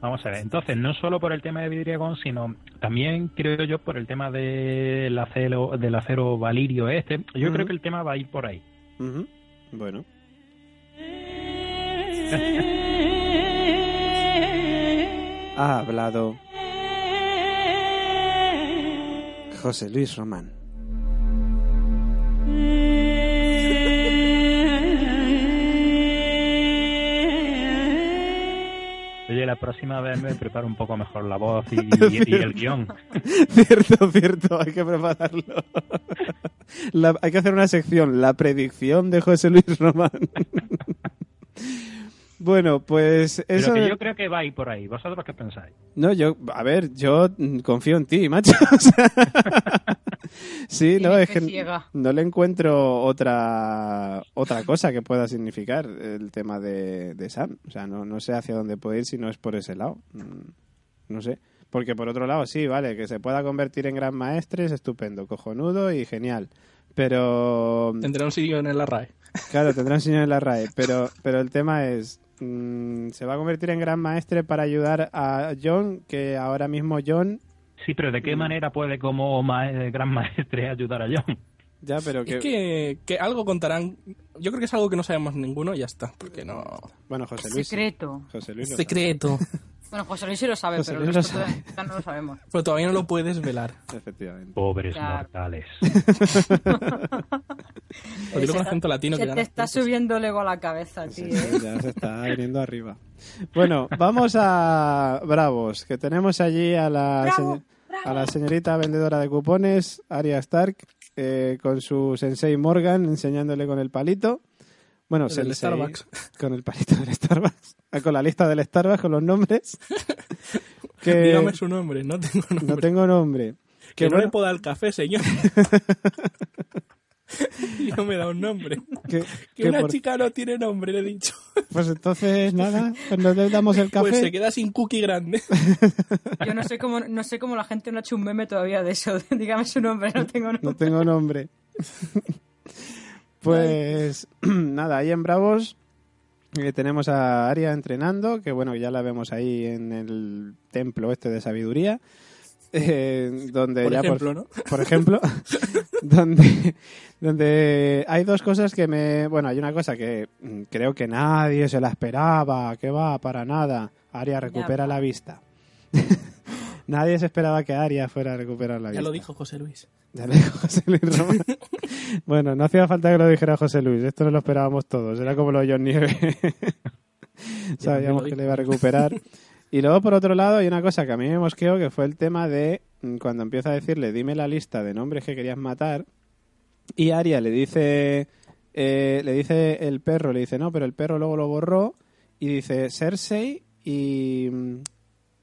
Vamos a ver, entonces, no solo por el tema de Vidriagón, sino también, creo yo, por el tema del acero, del acero valirio este. Yo Ujú. creo que el tema va a ir por ahí. Ujú. Bueno. Ha hablado José Luis Román. Oye, la próxima vez me preparo un poco mejor la voz [laughs] y, y- y el guión. [laughs] Cierto, cierto, hay que prepararlo. [laughs] La- hay que hacer una sección, la predicción de José Luis Román. [laughs] Bueno, pues eso... Pero que yo creo que va a ir por ahí. ¿Vosotros qué pensáis? No, yo, a ver, yo mm, confío en ti, macho. [laughs] O sea, sí, no, Tiene es fe que ciega. no le encuentro otra otra cosa que pueda significar el tema de, de Sam. O sea, no, no sé hacia dónde puede ir si no es por ese lado. Mm, No sé. Porque por otro lado, sí, vale, que se pueda convertir en gran maestre es estupendo, cojonudo y genial. Pero, Tendrá un sillón en la RAE. claro, tendrá un señor en la RAE. Pero, pero el tema es, mm, se va a convertir en gran maestre para ayudar a John, que ahora mismo John Sí, pero ¿de Mm. qué manera puede como ma- eh, gran maestre ayudar a John? Ya, pero que, Es que, que algo contarán. Yo creo que es algo que no sabemos ninguno y ya está. Porque no. Bueno, José Luis. Secreto. José Luis lo sabe. Secreto. Bueno, José Luis sí lo sabe, José pero Luis el lo resto sabe. todavía no [laughs] lo sabemos. Pero todavía no lo puedes velar. Efectivamente. Pobres Claro. mortales. Lo digo Se con está- acento latino que Se te gana. está subiendo el ego a la cabeza, Sí, tío. ¿eh? sí, ya se está viniendo arriba. Bueno, vamos a Bravos, que tenemos allí a la, Bravo, señ- a la señorita vendedora de cupones, Arya Stark, eh, con su sensei Morgan enseñándole con el palito. Bueno, pues, El del sensei, Starbucks. [laughs] Con el palito del Starbucks. Ah, Con la lista del Starbucks, con los [laughs] nombres. que Dígame su nombre, no tengo nombre. no tengo nombre. que no bueno, le puedo dar [laughs] café, señor. Yo me da un nombre. que- Que que una por- chica no tiene nombre, le he dicho. Pues entonces, nada, pues nos le damos el café. Pues se queda sin cookie grande. Yo no sé cómo, no sé cómo la gente no ha hecho un meme todavía de eso. [laughs] Dígame su nombre, no tengo No nombre. tengo [laughs] nombre. pues [clears throat] nada, ahí en Bravos eh, tenemos a Aria entrenando, que bueno, ya la vemos ahí en el templo este de sabiduría. eh, donde Por ya ejemplo, ¿no? por ejemplo, [laughs] donde, donde hay dos cosas que me... Bueno, hay una cosa que mm, creo que nadie se la esperaba, que va, para nada. Aria recupera la vista. [laughs] nadie se esperaba que Aria fuera a recuperar la Ya vista. lo dijo José Luis. [laughs] Ya le dijo José Luis Román. bueno, no hacía falta que lo dijera José Luis, esto no lo esperábamos todos, era como lo de John Nieve. [laughs] Sabíamos lo que dijo. le iba a recuperar. Y luego, por otro lado, hay una cosa que a mí me mosqueó, que fue el tema de mm, cuando empieza a decirle, dime la lista de nombres que querías matar, y Aria le dice, eh, le dice el perro, le dice, no, pero el perro luego lo borró, y dice Cersei y... mm,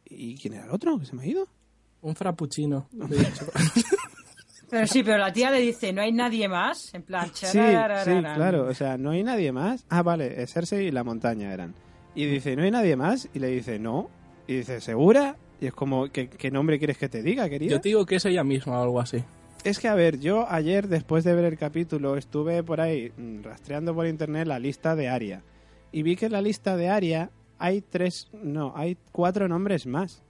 ¿Y quién era el otro? ¿Que se me ha ido? Un frappuccino. [laughs] le he dicho. Pero sí, pero la tía le dice, no hay nadie más. En plan, Sí, sí, charararararán. claro. O sea, no hay nadie más. Ah, vale, eh, Cersei y la montaña eran. Y dice, ¿no hay nadie más? Y le dice, no. Y dice, ¿segura? Y es como, ¿qué, qué nombre quieres que te diga, querida? Yo te digo que es ella misma o algo así. Es que, a ver, yo ayer, después de ver el capítulo, estuve por ahí mm, rastreando por internet la lista de Aria. Y vi que en la lista de Aria hay tres, no, hay cuatro nombres más.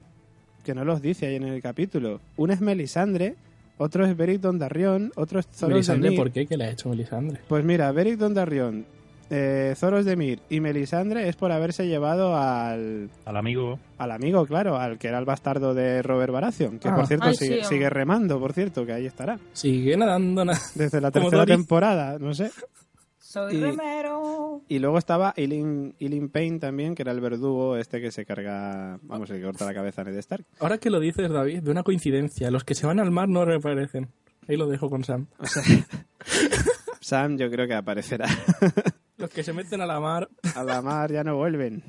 Que no los dice ahí en el capítulo. Uno es Melisandre, otro es Beric Dondarrión, otro es Thoros de Melisandre, Myr. ¿por qué? ¿Qué le ha hecho Melisandre? Pues mira, Beric Dondarrión, eh, Zoros de Mir y Melisandre es por haberse llevado al, Al amigo. al amigo, claro, al que era el bastardo de Robert Baratheon, que Ah. por cierto Ay, sí, sigue, hombre. sigue remando, por cierto, que ahí estará. Sigue nadando nada. Desde la Como tercera Doris. temporada, no sé. Soy Y- [laughs] remero. Y luego estaba Ilin, Ilin Payne también, que era el verdugo este que se carga, vamos, el que corta la cabeza a Ned Stark. Ahora que lo dices, David, de una coincidencia. Los que se van al mar no reaparecen. Ahí lo dejo con Sam. Sam yo creo que [laughs] aparecerá. Los que se meten a la mar, A la mar ya no vuelven.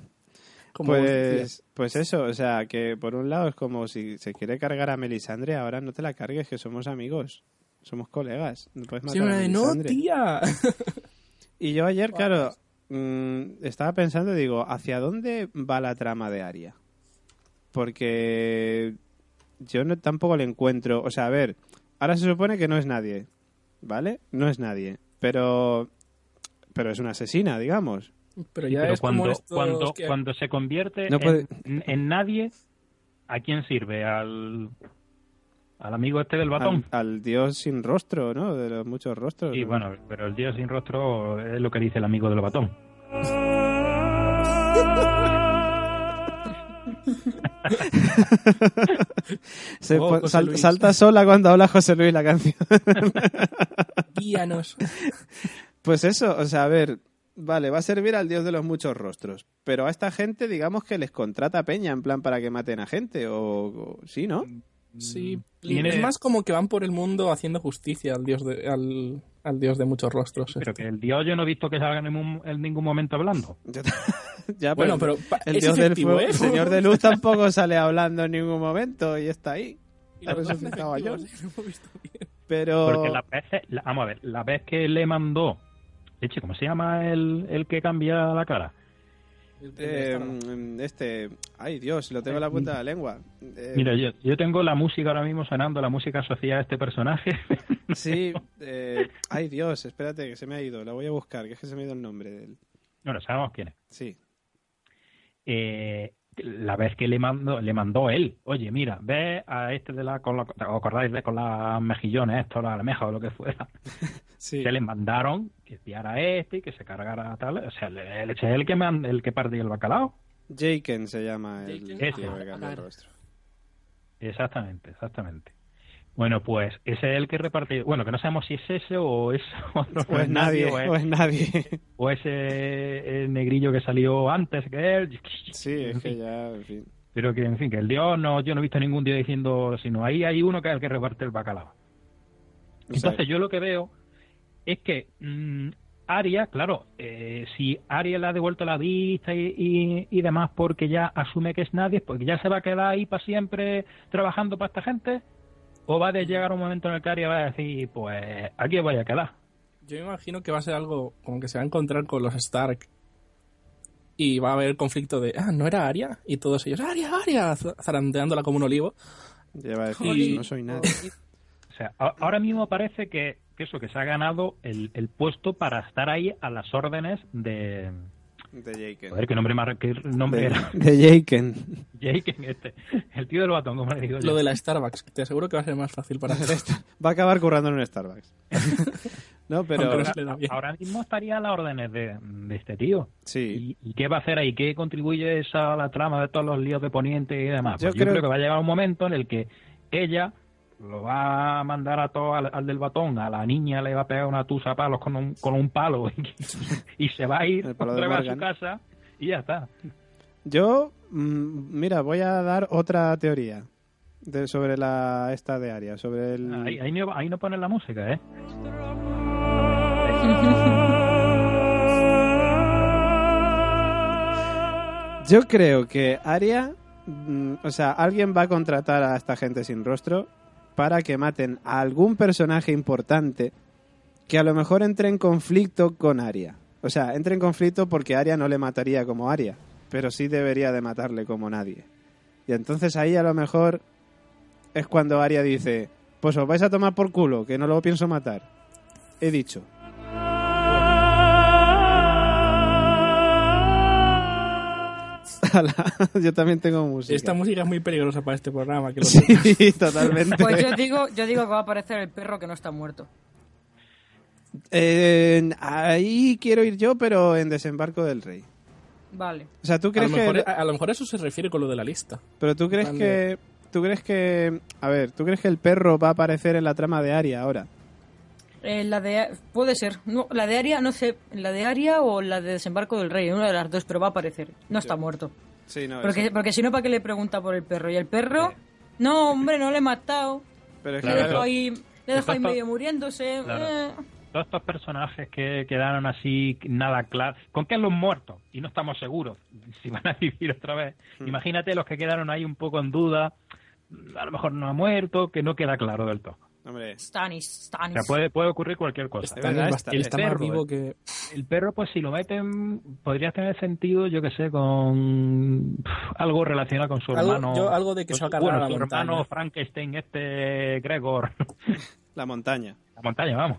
como vos decías. Pues, pues eso, o sea, que por un lado es como si se quiere cargar a Melisandre, ahora no te la cargues, que somos amigos, somos colegas, no puedes matar Sí, a una de, no, Melisandre". tía. [laughs] Y yo ayer, claro, mm, estaba pensando, digo, ¿hacia dónde va la trama de Aria? Porque yo no, tampoco le encuentro, o sea, a ver, ahora se supone que no es nadie, ¿vale? No es nadie, pero, pero es una asesina, digamos. Pero ya Pero es como cuando, estos cuando, que- cuando se convierte No en- puede- en, en nadie, ¿a quién sirve? Al, al amigo este del Al, batón. al dios sin rostro, ¿no? De los muchos rostros. Y ¿no? bueno, pero el día sin rostro es lo que dice el amigo del batón. Se Oh, pon- José sal- Luis. salta sola cuando habla José Luis la canción. [laughs] Guíanos. Pues eso, o sea, a ver, vale, va a servir al dios de los muchos rostros, pero a esta gente digamos que les contrata peña en plan para que maten a gente o, o- sí, ¿no? Sí, Mm, Viene- es más como que van por el mundo haciendo justicia al dios de, al, al dios de muchos rostros. ¿eh? Pero que el dios yo no he visto que salga en ningún, en ningún momento hablando. [laughs] ya, bueno, pero pa- el es dios del efectivo, fuego, ¿eh? el señor [laughs] de luz tampoco sale hablando en ningún momento y está ahí. [laughs] Y los dos son resucitado a Jon. efectivos, ¿eh? Lo hemos visto [laughs] bien. Pero Porque las veces, la- vamos a ver, la vez que le mandó, leche, ¿cómo se llama el, el que cambia la cara? eh, este, ay Dios, lo tengo en la punta de la lengua. Eh, Mira, yo, yo tengo la música ahora mismo sonando, la música asociada a este personaje. [laughs] Sí, eh, ay Dios, espérate que se me ha ido, la voy a buscar, que es que se me ha ido el nombre de él. bueno, sabemos quién es. Sí, eh, la vez que le mandó, le mandó él, oye, mira, ve a este de la, con la, ¿os acordáis de con las mejillones, esto, la almeja o lo que fuera, sí. que le mandaron que espiara a este y que se cargara a tal, o sea, le- él es el que man- el que partía el bacalao. Jaken se llama el Jaken. tío Ese. que cambia el Claro. rostro. Exactamente, exactamente. Bueno, pues ese es el que reparte. Bueno, que no sabemos si es ese o es, [laughs] o no O es Pues nadie, o es- o es [laughs] nadie. o ese el negrillo que salió antes que él. Sí, es En que fin. ya, en fin. Pero que, en fin, que el dios no, yo no he visto ningún dios diciendo, sino ahí hay uno que es el que reparte el bacalao. O sea, Entonces yo lo que veo es que mm, Aria, claro, eh, si Aria le ha devuelto la vista y, y- y demás porque ya asume que es nadie, porque ya se va a quedar ahí para siempre trabajando para esta gente, o va a de llegar un momento en el que Aria va a decir, pues aquí voy a quedar. Yo me imagino que va a ser algo como que se va a encontrar con los Stark. Y va a haber conflicto de, ah, no era Aria. Y todos ellos, Aria, Aria, za- zarandeándola como un olivo. lleva a decir, Jolín. no soy [laughs] nadie. O sea, a- ahora mismo parece que, que eso, que se ha ganado el, el puesto para estar ahí a las órdenes de... De Jaken. Joder, qué nombre, más, qué nombre De, era. [laughs] [laughs] de Jaken. Jake, este, el tío del batón, como le digo yo. Lo de la Starbucks, te aseguro que va a ser más fácil [laughs] para hacer esto. Va a acabar currando en un [laughs] Starbucks. no, pero Aunque no Ahora- se le da bien. Ahora mismo estaría a las órdenes de, de este tío. sí. ¿Y, y qué va a hacer ahí? ¿Qué contribuye esa, a la trama de todos los líos de Poniente y demás? Yo Pues yo creo- creo que va a llegar un momento en el que ella lo va a mandar a todo al, al del batón, a la niña le va a pegar una tusa a palos con un, con un palo [laughs] y, se va a ir El palo de otra vez a su Morgan. casa y ya está. Yo, mm, mira, voy a dar otra teoría de, sobre la esta de Aria, sobre el... Ah, Ahí, ahí no, ahí no ponen la música, ¿eh? Yo creo que Aria, mm, o sea, alguien va a contratar a esta gente sin rostro para que maten a algún personaje importante que a lo mejor entre en conflicto con Aria. O sea, entre en conflicto porque Aria no le mataría como Aria, pero sí debería de matarle como nadie. Y entonces ahí a lo mejor es cuando Aria dice, pues os vais a tomar por culo, que no lo pienso matar. He [laughs] dicho. Ala, [laughs] Yo también tengo música. Esta música es muy peligrosa para este programa. Que lo sepas. [laughs] Sí, totalmente. Pues yo digo, yo digo que va a aparecer el perro que no está muerto. Eh, ahí quiero ir yo, pero en Desembarco del Rey. Vale. O sea, ¿tú a, lo crees mejor, e, que... a- a lo mejor eso se refiere con lo de la lista. Pero tú crees que... ¿Tú crees que... A ver, ¿tú crees que el perro va a aparecer en la trama de Aria ahora? Eh, la de puede ser, no, la de Aria, no sé, la de Aria o la de Desembarco del Rey, una de las dos, pero va a aparecer. No está muerto. Sí, no. Porque, porque si no, ¿para qué le pregunta por el perro? Y el perro, no, hombre, no le he matado. Pero es Le Claro, dejo claro. ahí, le dejo ahí Exacto. medio muriéndose. Claro. eh. Todos estos personajes que quedaron así, nada claro. ¿Con qué los muertos? Y no estamos seguros [laughs] si van a vivir otra vez. Hmm. Imagínate los que quedaron ahí un poco en duda. A lo mejor no ha muerto, que no queda claro del todo. Hombre, Stanis, O Stanis. sea, puede, puede ocurrir cualquier cosa. Es verdad, Está- está- está más perro, vivo eh. que... El perro, pues si lo meten, podría tener sentido, yo que sé, con pf, algo relacionado con su Algo- hermano. yo algo de que con se va a su- cargar bueno, a la su montaña. hermano Frankenstein, este Gregor. [laughs] la montaña. la montaña, vamos.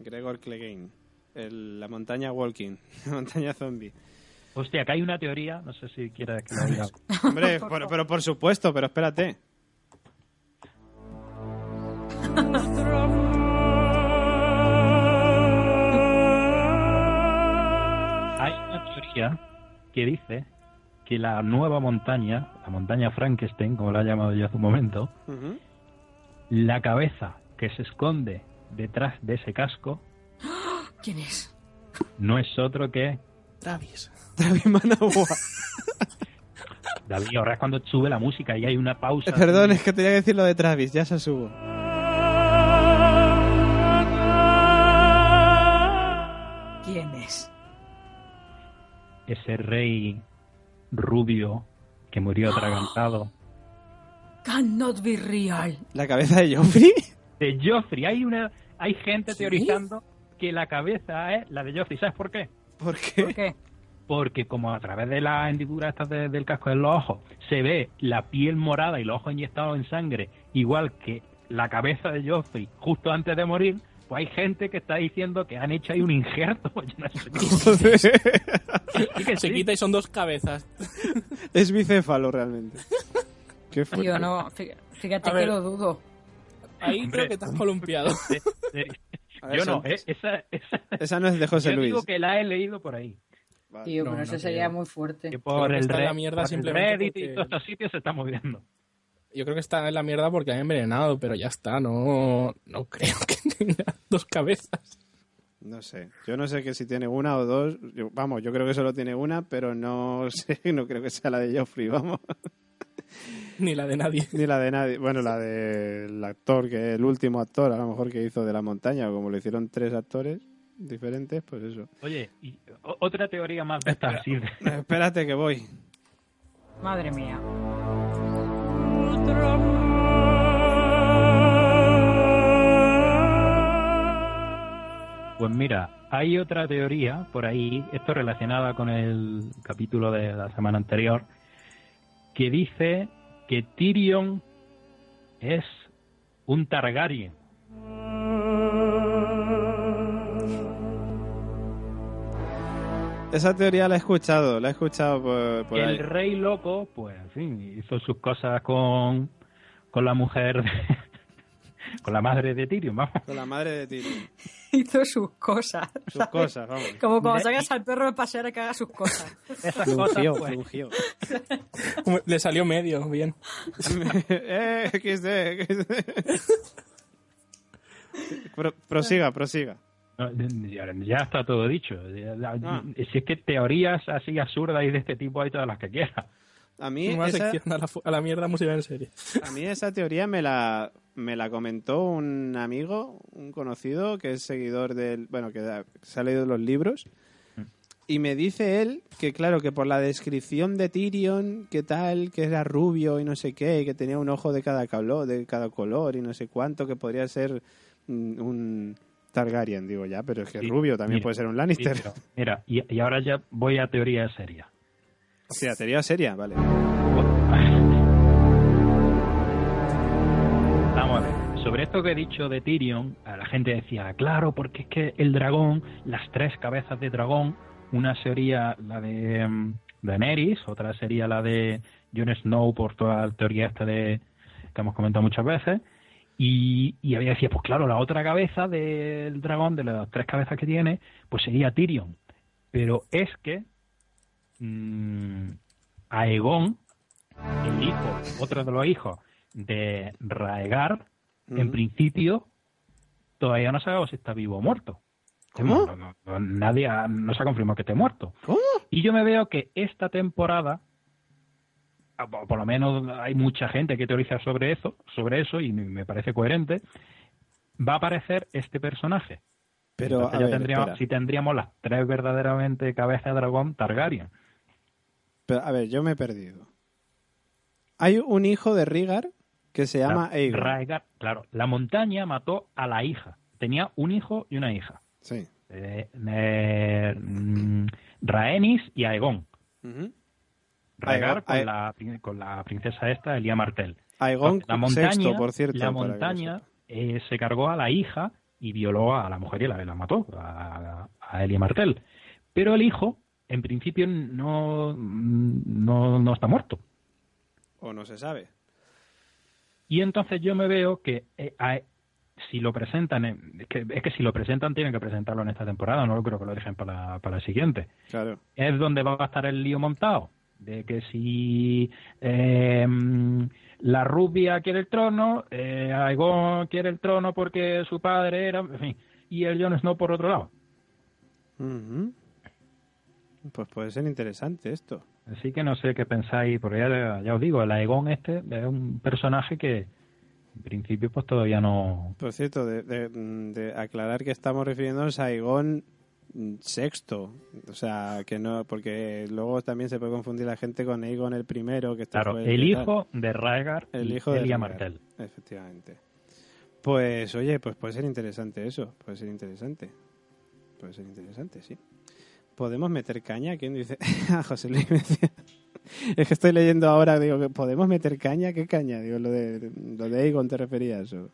Gregor Clegane. El- la montaña walking. [laughs] La montaña zombie. Hostia, que hay una teoría, no sé si quieres [laughs] que lo diga. Hombre, por- pero por supuesto, pero espérate. Hay una teoría que dice que la nueva montaña, la montaña Frankenstein, como la ha llamado yo hace un momento, Ujú. la cabeza que se esconde detrás de ese casco ¿Quién es? no es otro que Travis. Travis Manowar. David. Ahora es cuando sube la música y hay una pausa. [laughs] Perdón, es que tenía que decir lo de Travis, ya se subo. ¿Quién es? Ese rey rubio que murió atragantado. Cannot be real. ¿La cabeza de Joffrey? [laughs] De Joffrey. Hay, una, hay gente teorizando que la cabeza es la de Joffrey. ¿Sabes por qué? ¿Por qué? ¿Por qué? porque como a través de las hendiduras estas de- del casco de los ojos se ve la piel morada y los ojos inyectados en sangre, igual que la cabeza de Joffrey justo antes de morir, pues hay gente que está diciendo que han hecho ahí un injerto. [laughs] pues Yo no sé. [laughs] Sí que Se sí. quita y son dos cabezas. es bicéfalo realmente. ¿Qué fue? Tío, no, fí- fíjate A que ver. lo dudo. Ahí creo Hombre. que te has columpiado. Sí, sí. [laughs] A ver, Yo no, son- eh, esa, esa- Esa no es de José yo Luis. digo que la he leído por ahí. Vale. Tío, No, pero no eso creo. sería muy fuerte. Que Creo por que el, está en red- la mierda por el simplemente Reddit y porque- todos estos sitios se está moviendo. Yo creo que está en la mierda porque han envenenado, pero ya está, no, no creo que tenga dos cabezas. No sé. Yo no sé que si tiene una o dos. Yo- vamos, yo creo que solo tiene una, pero no [laughs] sé, no creo que sea la de Joffrey, vamos. Ni la de nadie. Ni la de nadie. Bueno, la del actor, que el último actor, a lo mejor que hizo de la montaña, o como lo hicieron tres actores diferentes, pues eso. Oye, y o- otra teoría más de estas así de- Eh, Espérate que voy. Madre mía. [laughs] Pues mira, hay otra teoría por ahí, esto relacionada con el capítulo de la semana anterior, que dice que Tyrion es un Targaryen. Esa teoría la he escuchado, la he escuchado por, por el ahí. rey loco, pues en fin, hizo sus cosas con, con la mujer, de- [laughs] con la madre de Tyrion, vamos. Con la madre de ti. Hizo sus cosas. Sus cosas, vamos. Como cuando Me- sacas al perro de pasear a que haga sus cosas. Esas cosas, pues, Rugió. Le salió medio, bien. eh, XD, XD. Pro- prosiga, prosiga. No, Ya, ya está todo dicho. Ya- ya- Ah. Si es que teorías así absurdas y de este tipo hay todas las que quieras. A mí, Una esa, sección a la, fu- a la mierda música en serie. a mí esa teoría me la, me la comentó un amigo, un conocido, que es seguidor del... Bueno, que da- se ha leído los libros. Y me dice él que, claro, que por la descripción de Tyrion, que tal, que era rubio y no sé qué, y que tenía un ojo de cada, calo- de cada color y no sé cuánto, que podría ser mm, un Targaryen, digo ya, pero es que Sí, rubio también mira, puede ser un Sí, Lannister. pero, mira, y, y ahora ya voy a teoría seria. [laughs] O sea, teoría seria, vale. Vamos a ver. Sobre esto que he dicho de Tyrion, a la gente decía, claro, porque es que el dragón, las tres cabezas de dragón, una sería la de mm, Daenerys, otra sería la de Jon Snow por toda la teoría esta de que hemos comentado muchas veces. Y, y había decía, pues claro, la otra cabeza del dragón, de las tres cabezas que tiene, pues sería Tyrion. Pero es que mm, Aegon, el hijo, otro de los hijos de Raegar, en Ujú. principio todavía no sabemos si está vivo o muerto. ¿Cómo? No, no, no, nadie ha- no se ha confirmado que esté muerto. ¿Cómo? Y yo me veo que esta temporada, ah, po- por lo menos hay mucha gente que teoriza sobre eso, sobre eso y me- me parece coherente, va a aparecer este personaje. Pero, Entonces a ya ver, tendríamos, espera. sí tendríamos las tres verdaderamente cabezas de dragón Targaryen. Pero, a ver, yo me he perdido. Hay un hijo de Rigar que se llama eh, Claro, Aegon. Raegar, claro, la montaña mató a la hija. Tenía un hijo y una hija. Sí. Eh, eh, mm, Rhaenys y Aegon. Ujú. Raegar Aegon- con, Ae- la, prin- con la princesa esta, Elia Martell. Aegon Entonces, la montaña, sexto, por cierto. la para que lo montaña sepa. eh, se cargó a la hija y violó a la mujer y la, la mató, a, a Elia Martell. Pero el hijo, en principio, no, no, no está muerto. O no se sabe. Y entonces yo me veo que eh, a- si lo presentan, en- es que, es que si lo presentan tienen que presentarlo en esta temporada, no creo que lo dejen para, para la siguiente. Claro. Es donde va a estar el lío montado, de que si eh, mm, la rubia quiere el trono, eh, Aegon quiere el trono porque su padre era, en fin, y el Jon Snow por otro lado. Ujú. Pues puede ser interesante esto. Así que no sé qué pensáis, porque ya, ya os digo, el Aegon este es un personaje que en principio pues todavía no... Por cierto, de, de- mm, de aclarar que estamos refiriéndonos a Aegon mm, sexto. O sea, que no. Porque luego también se puede confundir la gente con Aegon el primero. Que este Claro, fue el que tal. hijo de Raegar El y hijo de Elia Rhaegar, Martell. Efectivamente. Pues oye, pues puede ser interesante eso, puede ser interesante. Puede ser interesante, sí. ¿Podemos meter caña? ¿Quién dice? [laughs] Ah, José Luis me decía. Es que estoy leyendo ahora, digo, que ¿podemos meter caña? ¿Qué caña? Digo, lo de, lo de Aegon te referías. o-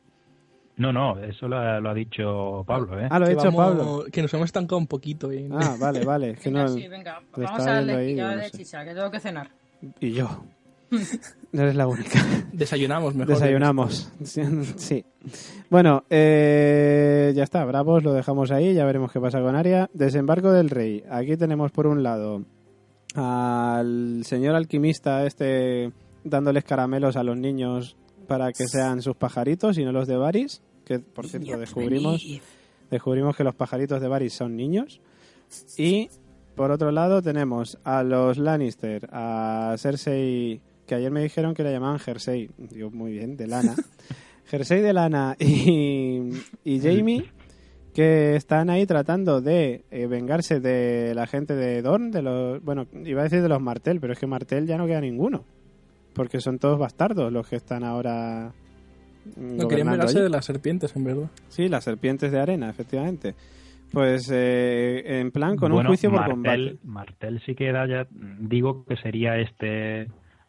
No, no, eso lo ha, lo ha dicho Pablo, ¿eh? Ah, lo ha Que dicho vamos- Pablo. Que nos hemos estancado un poquito. en- Ah, vale, vale. es [laughs] que Venga, no- sí, venga. lo Vamos estaba a viendo la ahí, digo, estirada no de sé. [laughs] chicha, que tengo que cenar. Y yo. No eres la única. Desayunamos mejor. Desayunamos. [laughs] Sí. Bueno, eh, ya está. Bravos, lo dejamos ahí. Ya veremos qué pasa con Aria. Desembarco del Rey. Aquí tenemos por un lado al señor alquimista este dándoles caramelos a los niños para que sean sus pajaritos y no los de Varys. Que, por cierto, pues, descubrimos, descubrimos que los pajaritos de Varys son niños. Y por otro lado tenemos a los Lannister, a Cersei, que ayer me dijeron que la llamaban Jersey, digo muy bien, de lana. Jersey de lana [laughs] y, y Jamie, que están ahí tratando de eh, vengarse de la gente de Dorn, de los, bueno, iba a decir de los Martel, pero es que Martel ya no queda ninguno, porque son todos bastardos los que están ahora... No querían vengarse de las serpientes, en verdad. Sí, las serpientes de arena, efectivamente. Pues eh, en plan con Bueno, un juicio por Martel- combate. Martel sí que era ya, digo que sería este,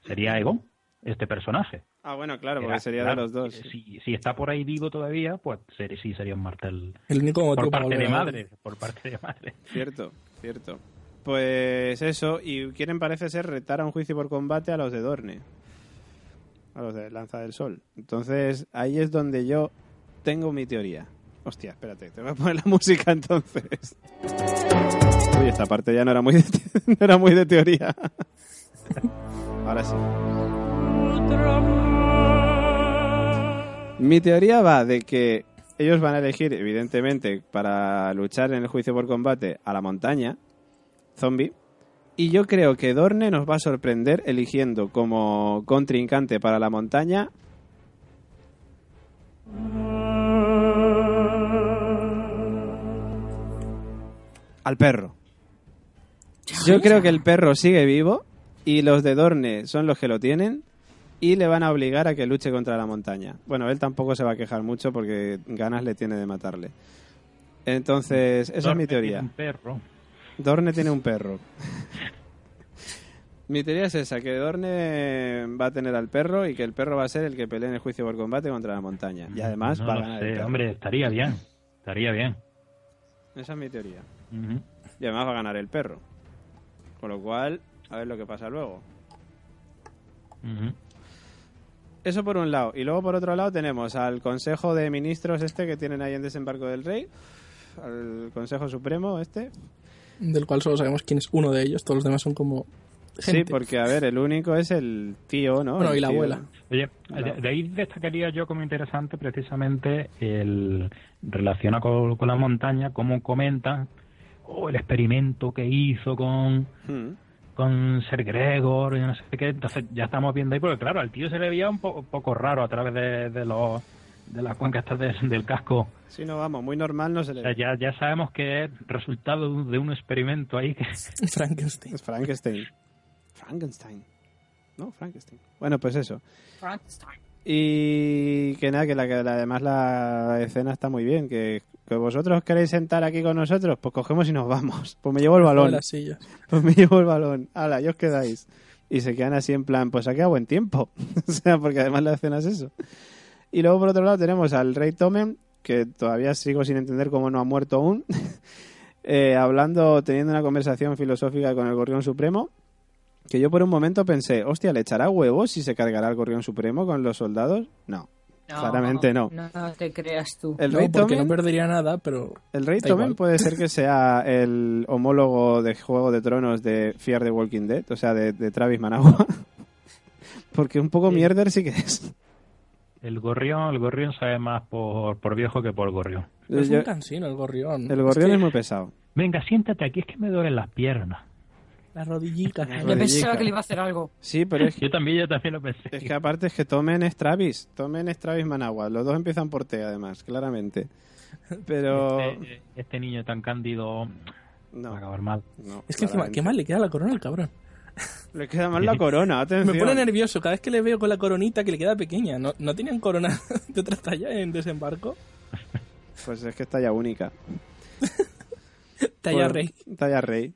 sería Egon, este personaje. Ah, bueno, claro, porque Era- sería de claro, los dos. Si, si está por ahí vivo todavía, pues ser- sí sería un Martel. El único motivo Por para parte volver de a ver. madre, por parte de madre. Cierto, cierto. Pues eso, y quieren parece ser retar a un juicio por combate a los de Dorne, a los de Lanza del Sol. Entonces, ahí es donde yo tengo mi teoría. Hostia, espérate, te voy a poner la [laughs] música entonces. Uy, esta parte ya no era muy de, [laughs] no era muy de teoría. [laughs] Ahora sí. Mi teoría va de que ellos van a elegir, evidentemente, para luchar en el juicio por combate a la montaña, zombie. Y yo creo que Dorne nos va a sorprender eligiendo como contrincante para la montaña. Al perro. Yo creo que el perro sigue vivo y los de Dorne son los que lo tienen y le van a obligar a que luche contra la montaña. Bueno, él tampoco se va a quejar mucho porque ganas le tiene de matarle. Entonces, esa es mi Dorne tiene teoría. Un perro. Dorne tiene un perro. Mi teoría es esa, que Dorne va a tener al perro y que el perro va a ser el que pelee en el juicio por combate contra la montaña. Y además No va a lo ganar sé, el perro. hombre, estaría bien, estaría bien. Esa es mi teoría. Ujú. Y además va a ganar el perro. Con lo cual, a ver lo que pasa luego. Ujú. Eso por un lado. Y luego por otro lado tenemos al Consejo de Ministros este que tienen ahí en Desembarco del Rey. Al Consejo Supremo este. Del cual solo sabemos quién es uno de ellos, todos los demás son como. Gente. Sí, porque a ver, el único es el tío, ¿no? Bueno, El y la tío. abuela. Oye, Claro. de, de ahí destacaría yo como interesante precisamente el relaciona con, con la montaña, cómo comentan o el experimento que hizo con, Mm. con Ser Gregor y no sé qué. Entonces ya estamos viendo ahí, porque claro, al tío se le veía un po- poco raro a través de, de los de las cuencas estas de- del casco. Sí, no, vamos, muy normal no se le O sea, ve. ya, ya sabemos que es resultado de un- de un experimento ahí que [laughs] Frankenstein. Es Frankenstein. Frankenstein. No, Frankenstein. Bueno, pues eso. Frankenstein. Y que nada, que, la, que la- además la escena está muy bien. Que, que vosotros queréis sentar aquí con nosotros, pues cogemos y nos vamos. Pues me llevo el De balón. las sillas. [laughs] Pues me llevo el balón. Hala, ya os quedáis. Y se quedan así en plan, pues ha quedado buen tiempo. [laughs] o sea, porque además la escena es eso. Y luego por otro lado tenemos al rey Tomen, que todavía sigo sin entender cómo no ha muerto aún, [laughs] eh, hablando, teniendo una conversación filosófica con el Gorrión Supremo, que yo por un momento pensé, hostia, ¿le echará huevos si se cargará el Gorrión Supremo con los soldados? No. No, Claramente no. No te creas tú. El no, rey porque Tommen- no perdería nada, pero. el Rey Da Tommen igual. puede ser [laughs] que sea el homólogo de Juego de Tronos de Fear the Walking Dead, o sea, de, de Travis Managua. [laughs] Porque un poco Sí. mierder sí que es. el gorrión, el gorrión sabe más por, por viejo que por gorrión. pero es Yo- un cansino el gorrión. el gorrión que es muy pesado. Venga, siéntate aquí, es que me duelen las piernas. Las rodillitas. Las Yo rodillitas. pensaba que le iba a hacer algo. Sí, pero es que, Yo también, yo también lo pensé. es que aparte es que Tomen es Travis. Tomen es Travis Managua. Los dos empiezan por T, además, claramente. [laughs] Pero... Este, este niño tan cándido va a No, acabar mal. no, Es que encima, claramente. qué mal le queda la corona al cabrón. Le queda [laughs] mal la corona, atención. Me pone nervioso cada vez que le veo con la coronita que le queda pequeña. ¿No, no tenían corona [laughs] de otra talla en desembarco? Pues es que está ya única. Talla Pues, rey. Talla rey.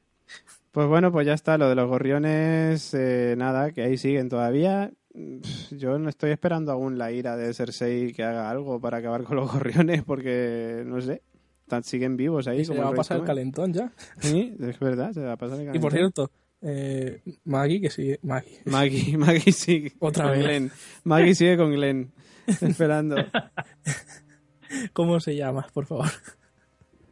Pues bueno, pues ya está, lo de los gorriones, eh, nada, que ahí siguen todavía. Pff, Yo no estoy esperando aún la ira de Cersei que haga algo para acabar con los gorriones, porque no sé, tan, siguen vivos ahí. Y se como le va a el pasar el resto. ¿eh? calentón ya. Sí, es verdad, se va a pasar el Y por calentón. cierto, Eh, Maggie, que sigue. Maggie. [laughs] Maggie, [laughs] Maggie sigue. Otra con vez. Glenn. Maggie sigue con Glenn. Esperando. ¿Cómo se llama, por favor? [laughs]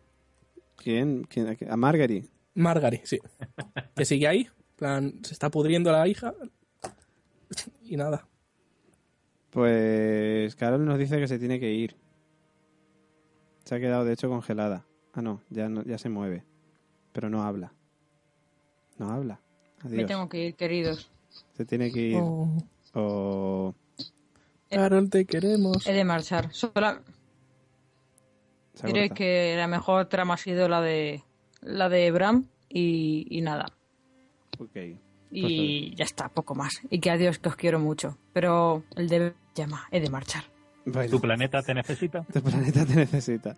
¿Quién? ¿Quién? ¿A qué? A Margery. Margaret, sí. Que sigue ahí. en plan, se está pudriendo la hija. [laughs] Y nada. Pues Carol nos dice que se tiene que ir. Se ha quedado, de hecho, congelada. Ah, no, ya, no, ya se mueve. Pero no habla. No habla. Me Adiós. tengo que ir, queridos. Se tiene que ir. Oh, O Carol, te queremos. He de marchar. Sola- se diré acorta. que la mejor trama ha sido la de la de Bram y, y nada. Ok. Y ya está, poco más. Y que adiós, que os quiero mucho. Pero el deber llama, he de marchar. Bueno, ¿Tu planeta te necesita? tu Este planeta te necesita.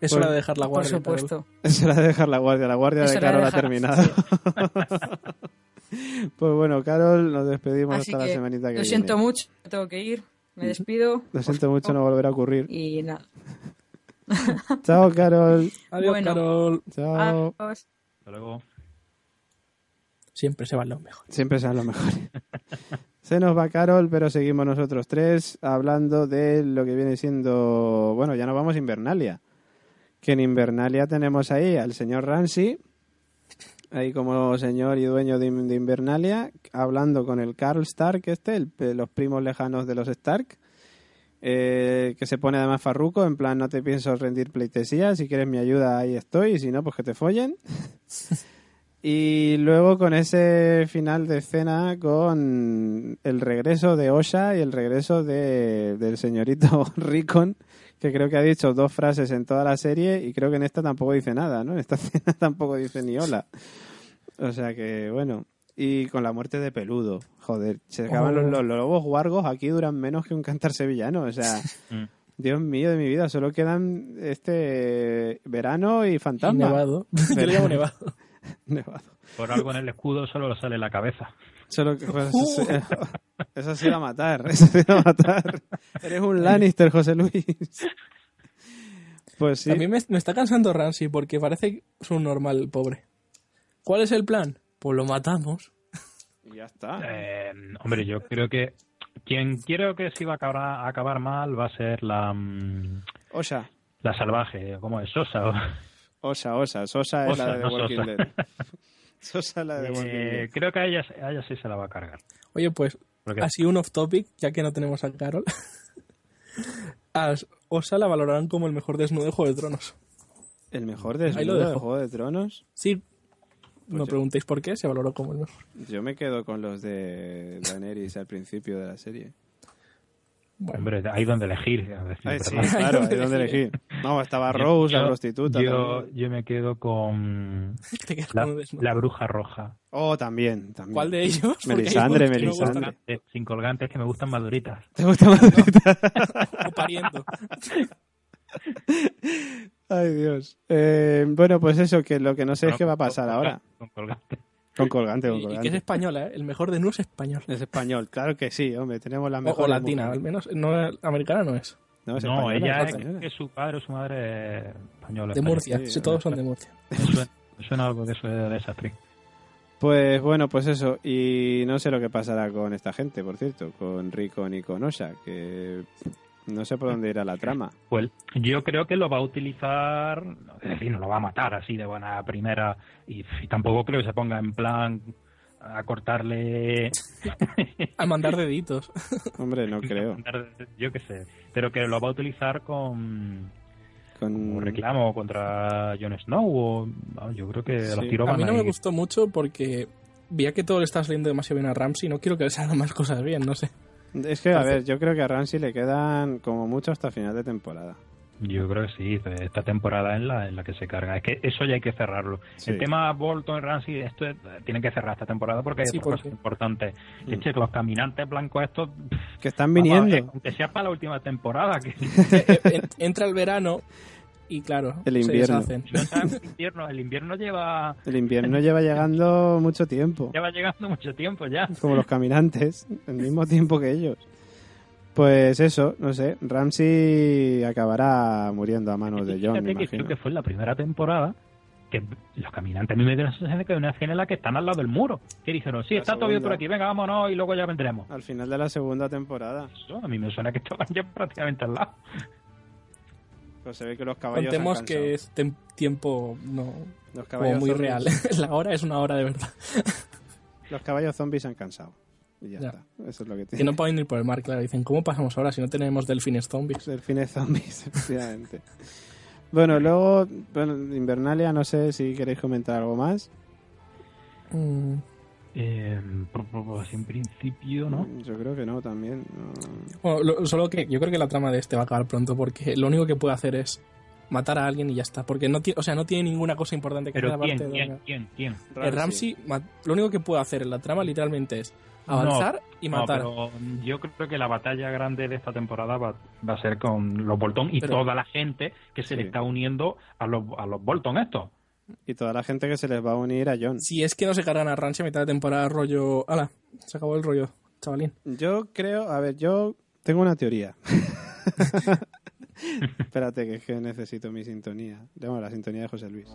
Es Bueno, hora de dejar la Por guardia. Carol. supuesto. Es hora de dejar la guardia. La guardia Es de hora de Carol ha dejar- terminado. [laughs] pues bueno, Carol, nos despedimos Así hasta la que semanita que lo siento viene. mucho, tengo que ir. Me despido Lo siento mucho, no volverá a [laughs] ocurrir. y nada. Chao, Ah. Carol. Adiós, Bueno. Carol. Chao. Adiós. Hasta luego. Siempre se van los mejores. Siempre sean los mejores. Se nos va Carol, pero seguimos nosotros tres hablando de lo que viene siendo. Bueno, ya nos vamos a Invernalia. Que en Invernalia tenemos ahí al señor Ramsey, ahí como señor y dueño de, de Invernalia, hablando con el Carl Stark, este, el- los primos lejanos de los Stark. eh, que se pone además farruco, en plan, no te pienso rendir pleitesía, si quieres mi ayuda ahí estoy, y si no, pues que te follen. Y luego con ese final de escena con el regreso de Osha y el regreso de, del señorito [laughs] Ricon, que creo que ha dicho dos frases en toda la serie y creo que en esta tampoco dice nada, ¿no? En esta [laughs] escena tampoco dice ni hola. O sea que, bueno. Y con la muerte de Peludo. Joder, se acaban Oh. los, los lobos guargos, aquí duran menos que un cantar sevillano, o sea... Mm. Dios mío de mi vida, solo quedan este verano y Y fantasma. [laughs] nevado. Yo le llamo nevado. [laughs] [laughs] Nevado. Por algo en el escudo solo le sale la cabeza. Solo que, pues, eso, Uh. sí- [laughs] eso sí era matar, [laughs] eso sí era matar. Eres un Lannister, José [laughs] Luis. Pues sí, A mí me, me está cansando Ramsey porque parece un normal pobre. ¿Cuál es el plan? Pues lo matamos. y ya está. Eh, hombre, yo creo que quien creo que sí va a acabar, a acabar mal va a ser la, mm, Osha, la salvaje, como es Sosa. Osha, Osha, Sosa es Osa, la de The no Walking Sosa. Dead. [laughs] Sosa [laughs] es la Ah, de The Walking Eh, Dead. creo que a ella, a ella sí se la va a cargar. Oye, pues, Porque así un off topic, ya que no tenemos a Carol. [laughs] A Osa la valorarán como el mejor desnudo de Juego de Tronos. El mejor Ahí lo desnudo de dejo. Juego de Tronos. Sí, no sí. preguntéis por qué, se valoró como el mejor. [laughs] Yo me quedo con los de Daenerys al principio de la serie. Bueno, Hombre, hay donde elegir. a decir Ay, sí, verdad. claro, hay donde [laughs] elegir. No, estaba Rose, la Yo- prostituta. Yo, también. yo me quedo con te quedas la, con un desnudo. la bruja roja. Oh, también, también. ¿Cuál de ellos? Porque hay Melisandre, unos que no me gustan. Melisandre. Eh, Sin colgantes que me gustan maduritas. ¿Te gusta [laughs] más? O pariendo. Ay, Dios. Eh, bueno, pues eso, que lo que no sé es Bueno, qué va a con pasar colgantes, ahora. Con colgantes. Con colgante, con Y, y que es colgante. española, ¿eh? El mejor desnudo es español. Es español, claro que sí, hombre. Tenemos la O, mejor. o latina, al menos. No, americana no es. No, es No, española, ella es es española. que su padre o su madre es española. De española. Murcia. sí, sí, todos son de Murcia. [laughs] Me suena, me suena algo que eso es de esa actriz. Pues bueno, pues eso. Y no sé lo que pasará con esta gente, por cierto. Con Rico y con Osha, que no sé por dónde irá la trama. Pues yo creo que lo va a utilizar, es decir, no lo va a matar así de buena primera y, y tampoco creo que se ponga en plan a cortarle, A mandar deditos. Hombre, [laughs] no creo. yo qué sé, pero que lo va a utilizar con Con... un reclamo contra Jon Snow o no, yo creo que Sí. los tiros A van mí no a me ir. gustó mucho porque veía que todo le estaba saliendo demasiado bien a Ramsey. No quiero que le salgan más cosas bien, [laughs] no sé. Es que, a ver, yo creo que a Ramsey le quedan como mucho hasta final de temporada. Yo creo que sí, esta temporada en la, en la que se carga. Es que eso ya hay que cerrarlo. Sí. El tema Bolton, Ramsey, esto es- tienen que cerrar esta temporada porque hay Sí, otras porque- cosas importantes. Mm. Leche, que los caminantes blancos estos... pff, Que están vamos, eh, viniendo. Aunque sea para la última temporada, que [laughs] Eh, eh, en- Entra el verano y claro, El se invierno. deshacen. no sabes, el invierno, el invierno lleva, El invierno lleva llegando mucho tiempo. lleva llegando mucho tiempo ya. como los caminantes, [laughs] al mismo tiempo que ellos. Pues eso, no sé, Ramsey acabará muriendo a manos de John, me Fíjate que creo imagino. que fue en la primera temporada que los caminantes a mí me da la sensación de que hay una escena en la que están al lado del muro. Que dijeron, sí, La está todavía segunda. por aquí, venga, vámonos y luego ya vendremos. Al final de la segunda temporada. Eso, a mí me suena que estaban ya prácticamente al lado. Pues se ve que los caballos. se han Contemos que cansado. es tem- tiempo no Los como caballos muy zombies- real. [laughs] la hora es una hora de verdad. Los caballos zombies se han cansado. Y ya, Ya. está. Eso es lo que tiene. [laughs] Que no pueden ir por el mar, claro. Dicen, ¿cómo pasamos ahora si no tenemos delfines zombies? Delfines zombies, [laughs] efectivamente. bueno, luego, bueno, Invernalia, no sé si queréis comentar algo más. Mm, Eh, pro- pro- así en principio, ¿no? Yo creo que no, también. no. Bueno, lo- solo que yo creo que la trama de este va a acabar pronto porque lo único que puede hacer es matar a alguien y ya está. Porque no tiene, o sea, no tiene ninguna cosa importante que hacer Pero ¿quién, aparte de... quién, quién, quién? El Eh, Ramsey, ma- lo único que puede hacer en la trama literalmente es avanzar y No, matar. pero yo creo que la batalla grande de esta temporada va, va a ser con los Bolton y Pero- toda la gente que se le Sí. está uniendo a los, a los Bolton estos. Y toda la gente que se les va a unir a John. Si es que no se cargan a Ramsey a mitad de temporada, rollo. ¡Hala! Se acabó el rollo, chavalín. Yo creo, a ver, yo tengo una teoría. [laughs] Espérate, que es que necesito mi sintonía. Llamo a la sintonía de José Luis.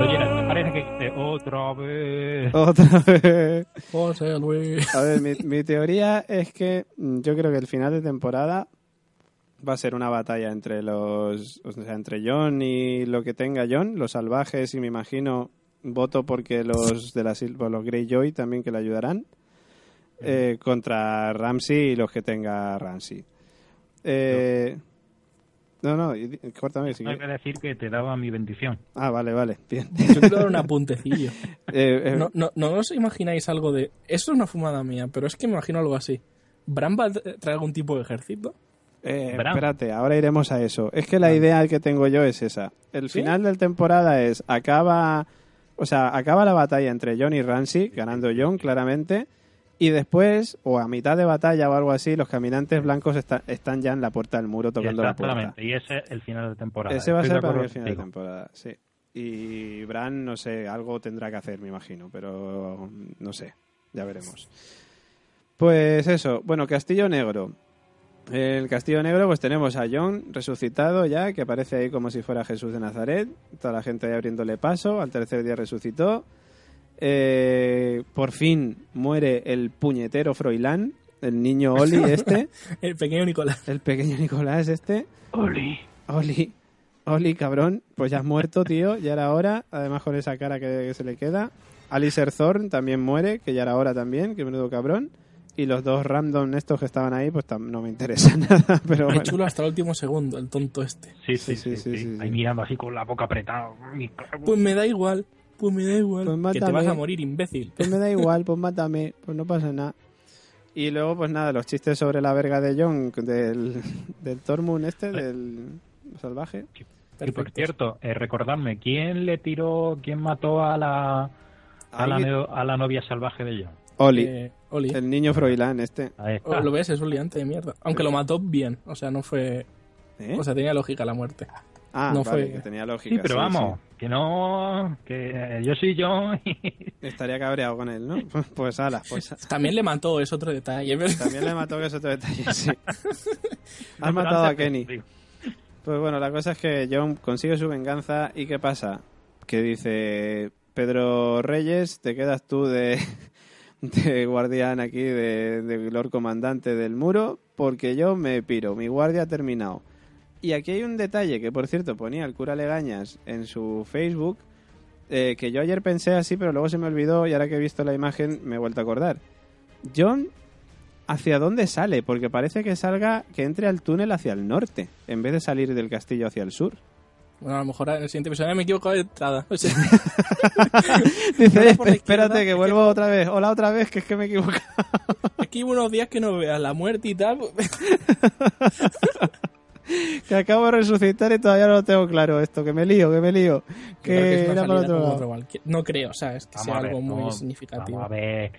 Oye, ¿te parece que dice otra vez? Otra [laughs] vez. José Luis. A ver, mi, mi teoría es que mm, yo creo que el final de temporada va a ser una batalla entre los. O sea, entre John y lo que tenga John, los salvajes, y me imagino. Voto porque los de las il- por los Greyjoy también que le ayudarán. eh, contra Ramsey y los que tenga Ramsey. Eh, no, no, y- y- córtame. si No hay quieres. que decir que te daba mi bendición. Ah, vale, vale, bien. Yo quiero dar [laughs] un apuntecillo. Eh, eh, No, no, no os imagináis algo de. Eso es una fumada mía, pero es que me imagino algo así. ¿Bran va a tra- traer algún tipo de ejército? Eh, Bram. espérate, ahora iremos a eso. Es que la idea que tengo yo es esa. El ¿Sí? final de la temporada es acaba, o sea, acaba la batalla entre John y Ramsey, ganando John claramente, y después o a mitad de batalla o algo así, los caminantes blancos está- están ya en la puerta del muro tocando la puerta. Exactamente, y ese es el final de temporada. Ese va a Estoy de ser para mí acuerdo el final de contigo. temporada, sí. Y Bran, no sé, algo tendrá que hacer, me imagino, pero no sé, ya veremos. Pues eso, bueno, Castillo Negro. El Castillo Negro, pues tenemos a John resucitado ya, que aparece ahí como si fuera Jesús de Nazaret, toda la gente ahí abriéndole paso, al tercer día resucitó. Eh, por fin muere el puñetero Froilán, el niño [laughs] Oli este, El pequeño Nicolás. el pequeño Nicolás este. Oli. Oli, Oli, cabrón, pues ya has muerto, tío, ya era hora, además con esa cara que, que se le queda. Alistair Thorne también muere, que ya era hora también, que menudo cabrón. Y los dos random estos que estaban ahí, pues tam- no me interesa [laughs] nada, pero Me bueno. chulo hasta el último segundo, el tonto este. Sí Sí, sí sí, sí, sí, sí. sí, sí. Ahí mirando así con la boca apretada. Ay, claro. Pues me da igual, pues me da igual. Pues que te mátame. vas a morir, imbécil. Pues me da igual, pues mátame, pues no pasa nada. Y luego, pues nada, los chistes sobre la verga de John, del, del Tormund este, del salvaje. y por Perfecto. cierto, eh, recordarme, ¿quién le tiró, quién mató a la, a la, Ahí- neo- a la novia salvaje de John? Oli, Eh, Oli. el niño Froilán este. Ahí está. Oh, Lo ves, es un liante de mierda. Aunque lo mató bien, o sea, no fue. ¿Eh? O sea, tenía lógica la muerte. ah, no vale, fue- que tenía lógica. Sí, pero sí, vamos, que no, que yo soy John [laughs] y sí. Estaría cabreado con él, ¿no? Pues ala, pues También le mató, es otro detalle. [laughs] pero- También le mató que es otro detalle, sí. Has matado a Kenny. Digo, Pues bueno, la cosa es que John consigue su venganza y ¿qué pasa? Que dice, Pedro Reyes, te quedas tú de, [laughs] de guardián aquí, de, de Lord Comandante del Muro, porque yo me piro, mi guardia ha terminado. Y aquí hay un detalle que, por cierto, ponía el cura Legañas en su Facebook, eh, que yo ayer pensé así, pero luego se me olvidó y ahora que he visto la imagen me he vuelto a acordar. John, ¿hacia dónde sale? Porque parece que salga, que entre al túnel hacia el norte, en vez de salir del castillo hacia el sur. [laughs] Bueno, a lo mejor en el siguiente episodio "Ah, me he equivocado de entrada. [laughs] O sea, Dice, Ahora por la izquierda, espérate, es que que- vuelvo otra vez. Hola otra vez, que es que me he equivocado. aquí hubo unos días que no veas la muerte y tal. [laughs] [laughs] Que acabo de resucitar y todavía no lo tengo claro esto. Que me lío, que me lío. Yo creo que es Que una era para salida otro como lado. otro cualquier- No creo, o sea, es que vamos sea a ver, algo muy no, significativo. Vamos a ver,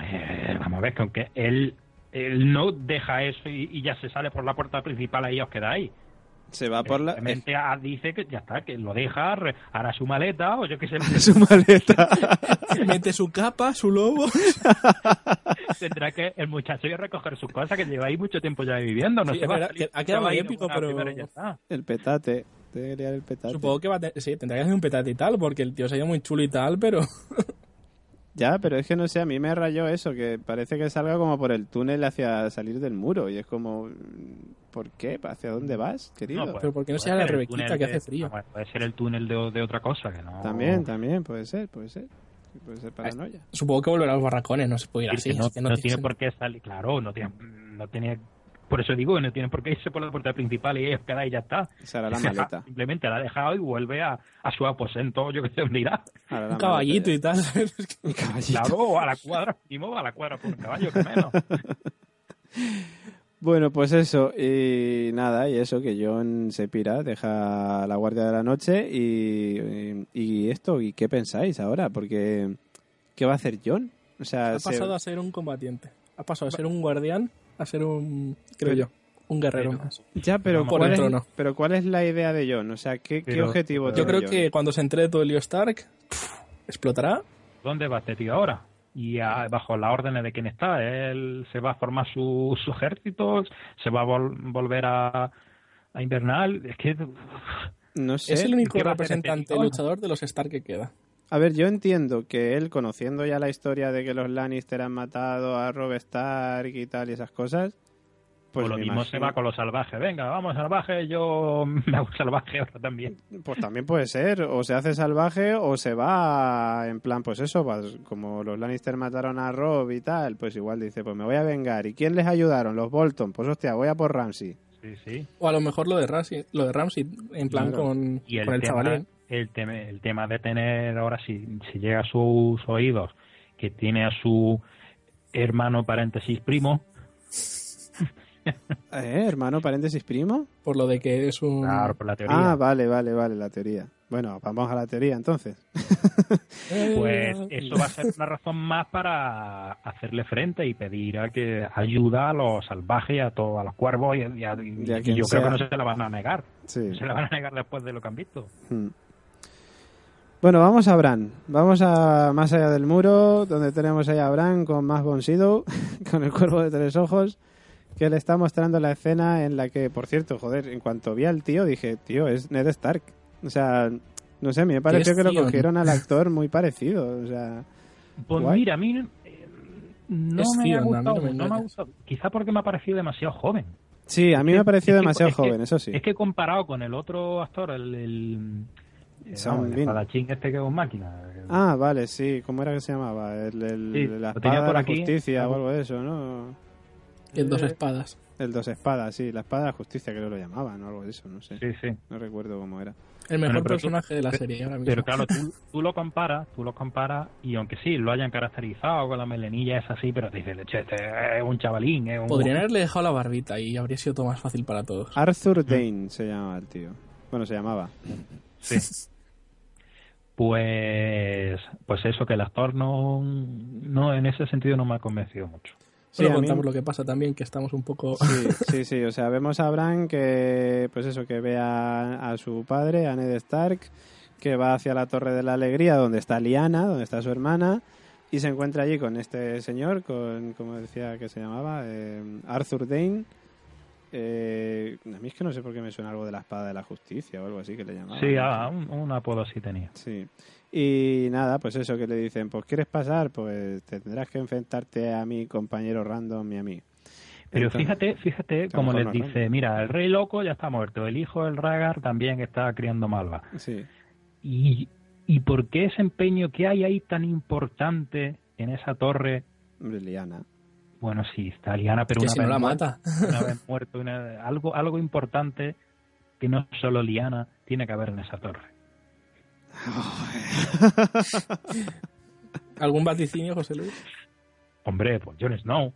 eh, vamos a ver, que aunque él, él no deja eso y, y ya se sale por la puerta principal, ahí os quedáis. Se va por Eh, la... [laughs] Evidentemente, ah, dice que ya está, que lo deja, re- hará su maleta o yo qué sé. [laughs] Su maleta. [laughs] Mete su capa, su lobo. [laughs] Tendrá que el muchacho ir a recoger sus cosas que lleváis mucho tiempo ya viviendo. No Sí, se es va a verdad, salir que ha quedado ahí épico, una pero- primera y ya está. El petate. Tiene que liar el petate. Supongo que va a te- sí, tendrá que hacer un petate y tal, porque el tío se ha ido muy chulo y tal, pero. Ya, pero es que no sé, a mí me rayó eso, que parece que salga como por el túnel hacia salir del muro. Y es como, mm, ¿por qué? ¿Hacia dónde vas, querido? pues, pero ¿por qué no puede se llama ser el Rebequita, túnel que de- hace frío? ah, bueno, puede ser el túnel de, de otra cosa que no. Ah. También, también, puede ser, puede ser. Puede ser paranoia. Supongo que volverá a los barracones, no se puede ir decir así. que no, así que no no tiene tiene sentido. por qué salir. Claro, no tiene, no tiene. Por eso digo, no tiene por qué irse por la puerta principal y queda y ya está. Se [laughs] hará la maleta. Simplemente la ha dejado y vuelve a, a su aposento, yo que sé, [laughs] dirá. Hará la un maleta caballito ya. y tal. [laughs] ¿sabes? Es que- Un caballito. Claro, o a la cuadra, y va a la cuadra por un caballo, que menos. Bueno, pues eso, y nada, y eso que John se pira, deja la guardia de la noche y, y esto, ¿y qué pensáis ahora? Porque, ¿qué va a hacer John? O sea, Ha se- pasado a ser un combatiente. Ha pasado de ser un guardián a ser un, creo yo, un guerrero Pero- más. ya, pero Por ¿cuál, el es, trono. pero ¿cuál es la idea de John? O sea, ¿qué, qué Pero- objetivo pero- Yo tiene creo que cuando se entre todo el lío Stark, pf, explotará. ¿Dónde va este tío ahora? Y a- bajo las órdenes de quién está. Él se va a formar su, su ejército, se va a vol- volver a, a invernal. Es que. pues, John? No sé. Es el único ¿Qué va a hacer representante este tío? luchador de los Stark que queda. A ver, yo entiendo que él, conociendo ya la historia de que los Lannister han matado a Robb Stark y tal y esas cosas, pues Pues lo me mismo se imagino- va con los salvajes. Venga, vamos salvaje, yo [laughs] me hago salvaje ahora también. Pues también puede ser, o se hace salvaje o se va en plan, pues eso, pues como los Lannister mataron a Rob y tal, pues igual dice, pues me voy a vengar. ¿Y quién les ayudaron? Los Bolton, pues hostia, voy a por Ramsey. Sí, sí. O a lo mejor lo de Ramsey, lo de Ramsey en plan Claro. con, Y el, con el tema, chavalín. el, tema, el tema de tener ahora, si, si llega a sus oídos, que tiene a su hermano, paréntesis, primo, Eh, hermano, paréntesis, primo. Por lo de que es un. claro, por la teoría. Ah, vale, vale, vale, la teoría. Bueno, vamos a la teoría entonces. Eh, Pues eso va a ser una razón más para hacerle frente y pedir a que ayuda a los salvajes, a todos, a los cuervos, y, y a- y- Y a y quien yo creo sea. que no se la van a negar. Sí. No se la van a negar después de lo que han visto. Mm. Bueno, vamos a Bran. Vamos a más allá del muro, donde tenemos ahí a Bran con más bonsido, [laughs] con el cuervo de tres ojos, que le está mostrando la escena en la que, por cierto, joder, en cuanto vi al tío dije, tío, es Ned Stark. O sea, no sé, me pareció es que lo Theon. cogieron [laughs] al actor muy parecido. O sea, Pues Guay. mira, a mí eh, no Es me Theon, ha a mí gustado, no me no me ha engañas. gustado. Quizá porque me ha parecido demasiado joven. sí, a mí me ha parecido es que- demasiado es que- joven, eso sí. Es que comparado con el otro actor, el, el, eh, Sam vamos, el Bean. espadachín este que es un máquina. el- Ah, vale, sí, ¿cómo era que se llamaba? El, el- Sí, la lo tenía espada de por la aquí. justicia o algo de eso, ¿no? en eh, dos espadas. El dos espadas, sí, la espada de la justicia creo que lo llamaban o algo de eso, no sé. Sí, sí. No recuerdo cómo era. El mejor Bueno, pero tú- personaje de la serie ahora mismo. Pero claro, [laughs] tú, tú lo comparas, tú lo comparas, y aunque sí, lo hayan caracterizado con la melenilla, es así, pero te dices, "Che, este es un chavalín, es un... Podrían haberle dejado la barbita y habría sido todo más fácil para todos. Arthur Dane se llamaba el tío. Bueno, se llamaba. Sí. Pues, pues eso, que el actor no, no, en ese sentido no me ha convencido mucho. Sí, Solo a mí- contamos lo que pasa también, que estamos [laughs] un poco... Sí, sí, sí. O sea, vemos a Bran que, pues eso, que ve a, a su padre, a Ned Stark, que va hacia la Torre de la Alegría, donde está Liana, donde está su hermana, y se encuentra allí con este señor, con, como decía que se llamaba, Eh, Arthur Dane. Eh, a mí es que no sé por qué me suena algo de la espada de la justicia o algo así que le llamaban. Sí, No ah, sé. un, un apodo así tenía. Sí. Y nada, pues eso que le dicen, pues quieres pasar, pues tendrás que enfrentarte a mi compañero random y a mí. Pero Entonces, fíjate, fíjate lo como mejor les no es dice, mira, el rey loco ya está muerto, el hijo del Ragar también está criando malva. Sí, ¿Y, y por qué ese empeño que hay ahí tan importante en esa torre? hombre, Liana. [laughs] Bueno, sí, está liana, pero [laughs] que una si vez no la muerta- mata. una vez muerto, una- algo, algo importante que no solo Liana tiene que haber en esa torre. ¿Algún vaticinio, José Luis? Hombre, pues Jon Snow.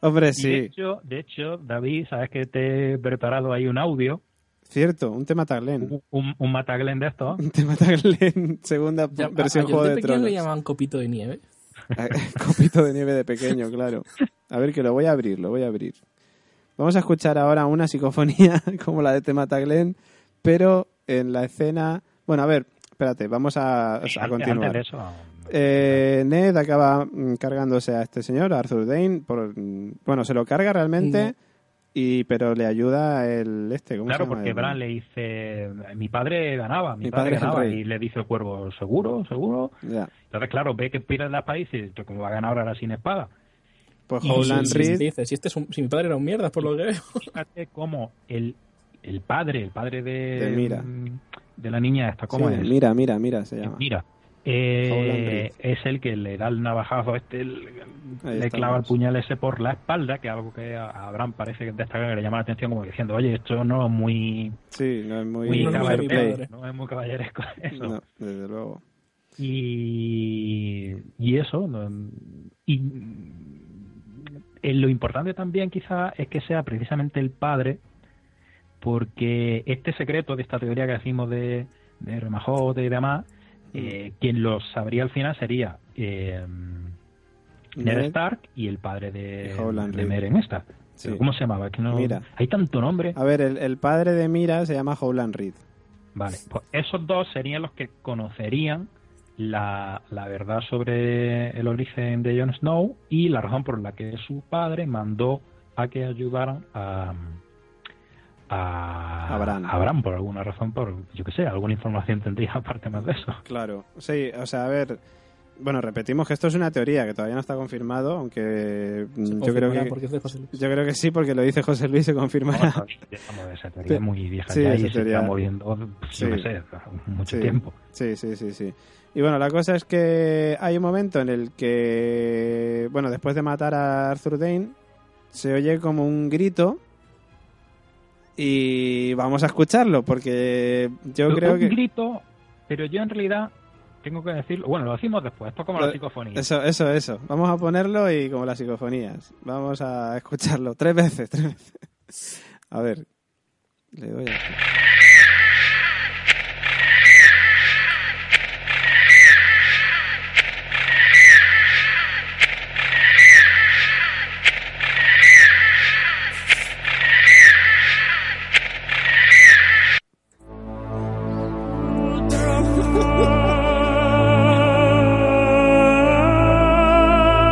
Hombre, Y De Eh, sí. hecho, de hecho, David, sabes que te he preparado ahí un audio, Cierto, un tema Taglen. un, un, un Mataglen de [laughs] estos. Un tema Taglen, segunda Ya- ah, versión a- a Juego John de de pequeño Tronos. Eh, [laughs] le llamaban copito de nieve. Copito de nieve de pequeño, claro. A ver, que lo voy a abrir, lo voy a abrir. Vamos [laughs] a escuchar ahora una psicofonía como la de tema Taglen, pero en la escena Bueno, a ver, espérate, vamos a, Sí, Pues, a antes- continuar. Antes de eso, Eh, Ned acaba mm, cargándose a este señor, a Arthur Dane. Por, mm, bueno, se lo carga realmente, y pero le ayuda el este. ¿cómo Claro, se llama? porque El- Bran le dice, mi padre ganaba, mi, Mi padre padre, es el ganaba, rey. y le dice el cuervo, seguro, seguro. Ya. Entonces, claro, ve que pira la espada y dice, "Esto ¿cómo va a ganar ahora sin espada? Pues Y Howland si- si- Reed. dice, si, este es un- si mi padre era un mierda, por lo que veo. Fíjate cómo el, el padre, el padre de, mm, De Mira. de la niña esta, ¿cómo sí, es? Mira, mira, mira, se llama. Mira, eh, Howland Reed. es el que le da el navajazo, este el- Ahí le clava el estamos. puñal ese por la espalda, que es algo que a a Bran parece que destaca que le llama la atención como diciendo, oye, esto no es muy, Sí, no es muy. muy no, no es de mi caballeresco, padre. no es muy caballeresco [laughs] eso. No, desde luego. Y, y eso. no- Y, eh, lo importante también quizá es que sea precisamente el padre, porque este secreto de esta teoría que decimos de, de Remajote y demás, eh, Mm. quien lo sabría al final sería eh, Ned Ned, Stark y el padre de, Y Howland de Reed. Meren Stark. sí. Pero ¿Cómo se llamaba? Es que no- Mira. Hay tanto nombre. A ver, el, el padre de Mira se llama Howland Reed. Vale, pues esos dos serían los que conocerían la, la verdad sobre el origen de Jon Snow y la razón por la que su padre mandó a que ayudaran a a, A Bran. por alguna razón, por yo que sé, alguna información tendría [laughs] aparte más de eso. Claro, sí, o sea, a ver. Bueno, repetimos que esto es una teoría que todavía no está confirmado, aunque mm, yo creo Confirmará, que porque es de José Luis. yo creo que sí porque lo dice José Luis se [laughs] confirmará. Vamos, esa teoría es muy vieja Sí, ya esa y se teoría. está moviendo, pues, yo Sí. que sé, mucho Sí. tiempo. Sí, sí, sí, sí. Y bueno, la cosa es que hay un momento en el que, bueno, después de matar a Arthur Dane, se oye como un grito y vamos a escucharlo porque yo creo un que grito, pero yo en realidad tengo que decirlo, bueno, lo decimos después, esto es como Lo- la psicofonía. eso, eso, eso. Vamos a ponerlo y como las psicofonías, vamos a escucharlo tres veces, tres veces. A ver, le doy. aquí.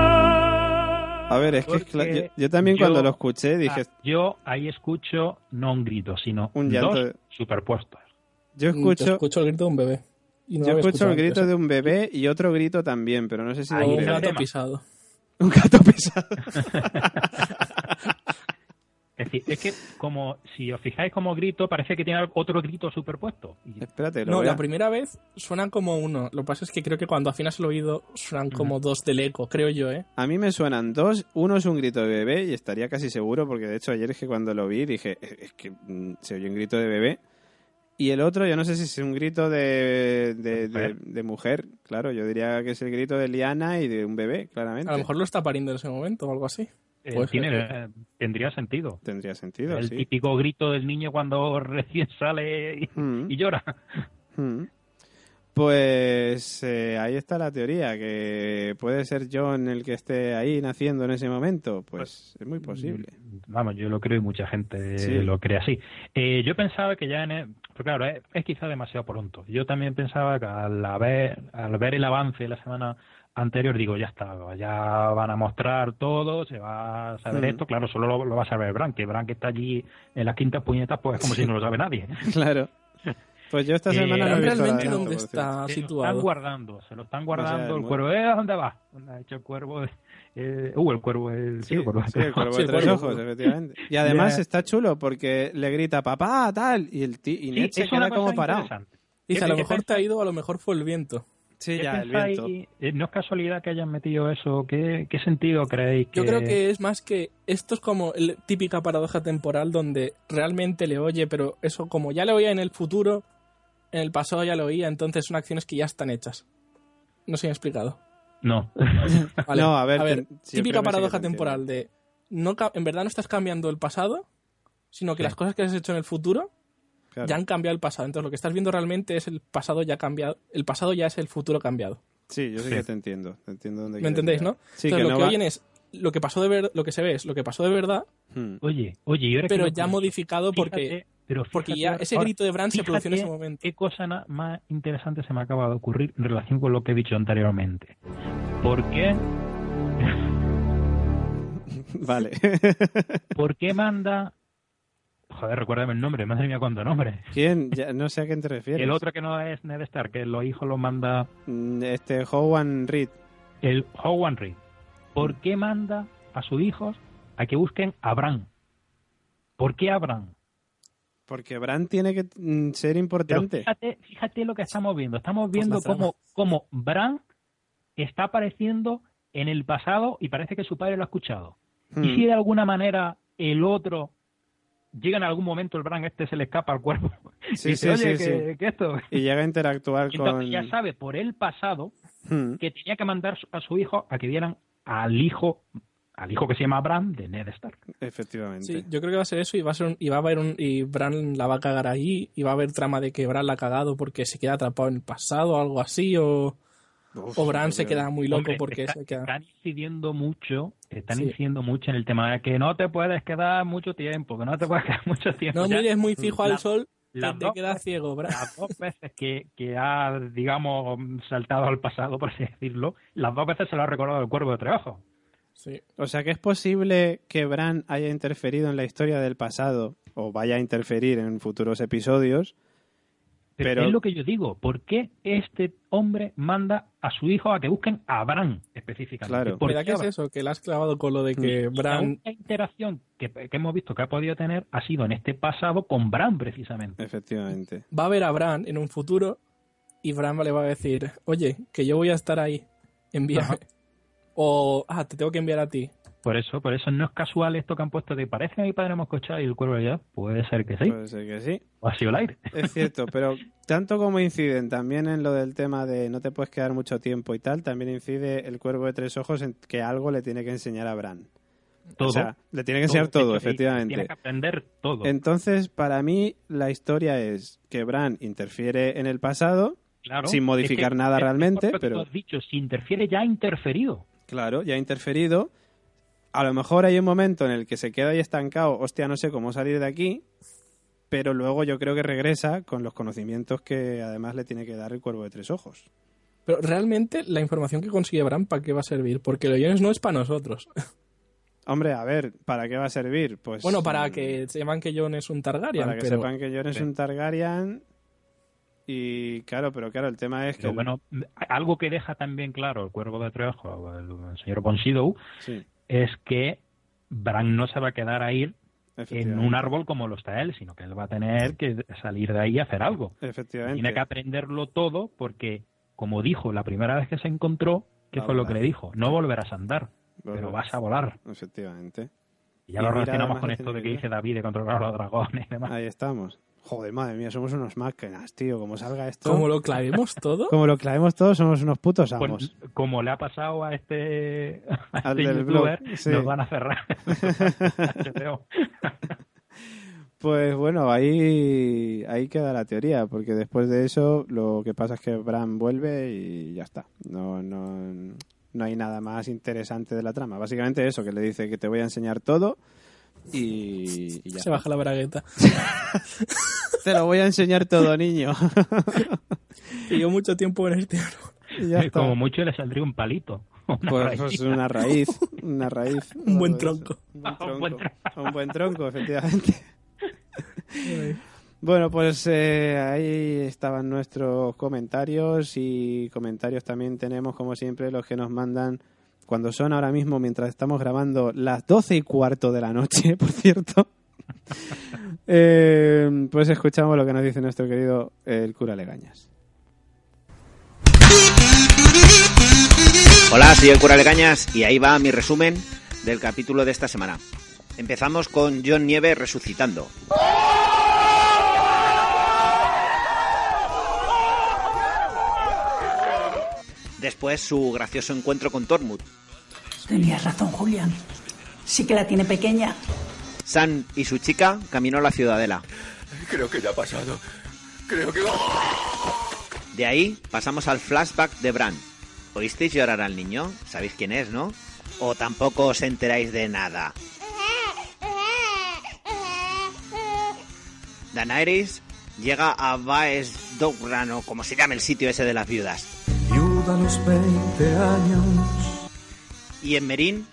A ver, es que es cla- yo, Porque yo también cuando yo- lo escuché dije, Ah, yo ahí escucho no un grito, sino Un llanto dos de- superpuestos. yo Mm, te escucho, escucho el grito de un bebé. Y no yo había escucho escuchado el grito antes. de un bebé y otro grito también, pero no sé si de Ahí un un está el bebé. gato tema. pisado. [laughs] Un gato pesado. Es decir, es que como si os fijáis como grito, parece que tiene otro grito superpuesto. Y Espérate, lo No, voy la a- primera vez suenan como uno. Lo que pasa es que creo que cuando afinas el oído suenan como dos del eco, creo yo, ¿eh? A mí me suenan dos. Uno es un grito de bebé y estaría casi seguro, porque de hecho ayer es que cuando lo vi dije, es es que mm, se oye un grito de bebé. Y el otro, yo no sé si es un grito de, de, de- de mujer, claro, yo diría que es el grito de Liana y de un bebé, claramente. A lo mejor lo está pariendo en ese momento o algo así. eh, Pues, tiene- eh, eh, tendría sentido. Tendría sentido, El sí. típico grito del niño cuando [laughs] recién sale y, Mm. y llora. Hmm. Pues eh, ahí está la teoría, que puede ser John el que esté ahí naciendo en ese momento. Pues es muy mm, [laughs] posible. [laughs] Vamos, yo lo creo y mucha gente Sí. lo cree así. Eh, yo pensaba que ya en... el- pero claro, es, es quizá demasiado pronto. Yo también pensaba que al, haber- al ver el avance la semana anterior, digo, ya está, ya van a mostrar todo, se va a saber Mm. esto. Claro, solo lo, lo va a saber Bran, que Bran que está allí en las quintas puñetas, pues es como si no lo sabe nadie. Claro. Pues yo esta Eh, semana no he visto realmente el adelanto, dónde por cierto. está Se lo están situado. guardando, se lo están guardando el el mu- cuervo. ¿Eh? ¿a ¿Dónde va? Ha hecho el cuervo... Eh, uh, el cuervo... El, sí, Sí, el cuervo. sí, el cuervo Sí, de el tres cuervo. ojos, efectivamente. Y además Ya. está chulo porque le grita papá, tal, y el ti- y Sí, Ned se es una queda como cosa parado. interesante. Dice, a lo ¿Qué mejor te ha ido, a lo mejor fue el viento. Sí, ¿Qué ya, el pensáis? viento. Eh, No es casualidad que hayan metido eso. ¿Qué, qué sentido creéis que.? Yo creo que es más que esto es como la típica paradoja temporal donde realmente le oye, pero eso como ya le oía en el futuro, en el pasado ya lo oía, entonces son acciones que ya están hechas. No se [laughs] me ha explicado. No. Vale, No, a ver, te- siempre me típica sigue paradoja sintiendo. temporal de no ca- en verdad no estás cambiando el pasado, sino que Sí. las cosas que has hecho en el futuro Claro. ya han cambiado el pasado. Entonces lo que estás viendo realmente es el pasado ya cambiado, el pasado ya es el futuro cambiado. Sí, yo sí que te entiendo. Te entiendo dónde ¿Me quieres entendéis, llegar. no? Sí, Entonces que lo no que va- oyen es lo que pasó de ver, lo que se ve es lo que pasó de verdad, Hmm. [laughs] Oye, oye, yo pero ya modificado porque Fíjate, Pero Porque fíjate ya ahora- ese ahora- grito de Bran se fíjate produjo en ese momento. ¿Qué cosa na- más interesante se me acaba de ocurrir en relación con lo que he dicho anteriormente? ¿Por qué, Vale. [laughs] por qué manda... Joder, recuérdame el nombre, madre mía, cuánto nombre. ¿Quién? Ya, no sé a quién te refieres. El otro que no es Ned Stark, que los hijos los manda Mm, Este, Howan Reed. el Howard Reed. ¿Por qué manda a sus hijos a que busquen a Bran? ¿Por qué a Bran? Porque Bran tiene que mm, ser Pero importante. fíjate, fíjate lo que estamos viendo. Estamos Pues viendo trama. cómo, cómo Bran está apareciendo en el pasado y parece que su padre lo ha escuchado. Y Mm. si de alguna manera el otro llega en algún momento el Bran este se le escapa al cuerpo [laughs] Sí, y dice, sí, oye, sí, que, que esto... Y llega a interactuar Y con... Entonces ya sabe por el pasado Mm. que tenía que mandar a su hijo a que vieran al hijo, al hijo que se llama Bran de Ned Stark. Efectivamente. Sí, yo creo que va a ser eso y va a ser un- y va a haber un y Bran la va a cagar allí y va a haber trama de que Bran la ha cagado porque se queda atrapado en el pasado o algo así o, Uf, o Bran se yo creo- queda muy loco Hombre, porque está- se queda Están incidiendo mucho, están Sí. incidiendo mucho en el tema de que no te puedes quedar mucho tiempo, que no te puedes [laughs] quedar mucho tiempo. no Ya mires muy fijo al La- sol que las te dos quedas ciego, Bran. las dos veces que, que ha, digamos, saltado al pasado, por así decirlo, las dos veces se lo ha recordado el cuervo de tres ojos. Sí. O sea que es posible que Bran haya interferido en la historia del pasado o vaya a interferir en futuros episodios. Pero, Pero- es lo que yo digo, ¿por qué este hombre manda a su hijo a que busquen a Bran específicamente? Claro. ¿Por Mira, qué ¿qué a es Bran? eso? Que la has clavado con lo de La que Bran única interacción que, que hemos visto que ha podido tener ha sido en este pasado con Bran, precisamente. Efectivamente. va a ver a Bran en un futuro y Bran le va a decir, oye, que yo voy a estar ahí, envíame. Ajá. O, ah, te tengo que enviar a ti. Por eso, por eso no es casual esto que han puesto de parece que mi padre moscochado y el cuervo ya puede ser que sí, Puede ser que sí. o ha sido el aire. Es cierto, pero tanto como inciden también en lo del tema de no te puedes quedar mucho tiempo y tal, también incide el cuervo de tres ojos en que algo le tiene que enseñar a Bran. Todo. O sea, le tiene que Todo, enseñar todo, de hecho, Tiene efectivamente. que aprender todo. Entonces, para mí, la historia es que Bran interfiere en el pasado, claro. sin modificar nada es que realmente, por lo que pero- tú has dicho, si interfiere ya ha interferido. Claro, ya ha interferido. A lo mejor hay un momento en el que se queda ahí estancado, hostia, no sé cómo salir de aquí, pero luego yo creo que regresa con los conocimientos que además le tiene que dar el cuervo de tres ojos. Pero realmente la información que consigue Bran, ¿para qué va a servir? Porque los guiones no es para nosotros. Pues Hombre, a ver, ¿para qué va a servir? Pues bueno, para mm, que sepan que Jon es un Targaryen, para que pero sepan que Jon es Sí. un Targaryen y claro, pero claro, el tema es que Pero bueno, algo que deja también claro el cuervo de tres ojos, o el, el señor Von Sydow, sí, es que Bran no se va a quedar ahí en efectivamente. un árbol como lo está él, sino que él va a tener que salir de ahí y hacer algo. Efectivamente. Tiene que aprenderlo todo porque, como dijo la primera vez que se encontró, ¿qué Va a fue lo volar. que le dijo? No volverás a andar, Bueno, pero vas a volar. Efectivamente. Y ya Pues Y lo mira, relacionamos además, con la esto de que genialidad. dice David de controlar los dragones y demás. Ahí estamos. Joder, madre mía, somos unos máquinas, tío, como salga esto. como lo clavemos todo, Como lo clavemos todos, somos unos putos Pues, amos. [laughs] como le ha pasado a este, a Al este del youtuber, blog, sí. nos van [laughs] a cerrar. Te veo. Pues bueno, ahí, ahí queda la teoría, porque después de eso lo que pasa es que Bran vuelve y ya está. No, no, no hay nada más interesante de la trama. Básicamente eso, que le dice que te voy a enseñar todo y, y [laughs] ya. se baja la bragueta. Te lo voy a enseñar todo, niño. Y yo mucho tiempo en este... [laughs] y ya está. como mucho le saldría un palito. una Pues, raíz. pues una raíz, una raíz. Un buen algo de eso. tronco. Un buen Un buen tronco. Un buen tronco, efectivamente. Bueno, pues eh, ahí estaban nuestros comentarios y comentarios también tenemos, como siempre, los que nos mandan cuando son ahora mismo, mientras estamos grabando, las 12 y cuarto de la noche, [laughs] por cierto. Eh, pues escuchamos lo que nos dice nuestro querido eh, el cura Legañas. Hola, soy el cura Legañas y ahí va mi resumen del capítulo de esta semana. Empezamos con John Nieve resucitando. Después su gracioso encuentro con Tormund. Tenías razón, Julián. Sí que la tiene pequeña. Sam y su chica camino a la ciudadela. Creo que ya ha pasado. Creo que... De ahí pasamos al flashback de Bran. ¿Oísteis llorar al niño? ¿Sabéis quién es, no? ¿O tampoco os enteráis de nada? Daenerys llega a Baes Dogran o como se llama el sitio ese de las viudas. Viuda a los 20 años. Y en Merín,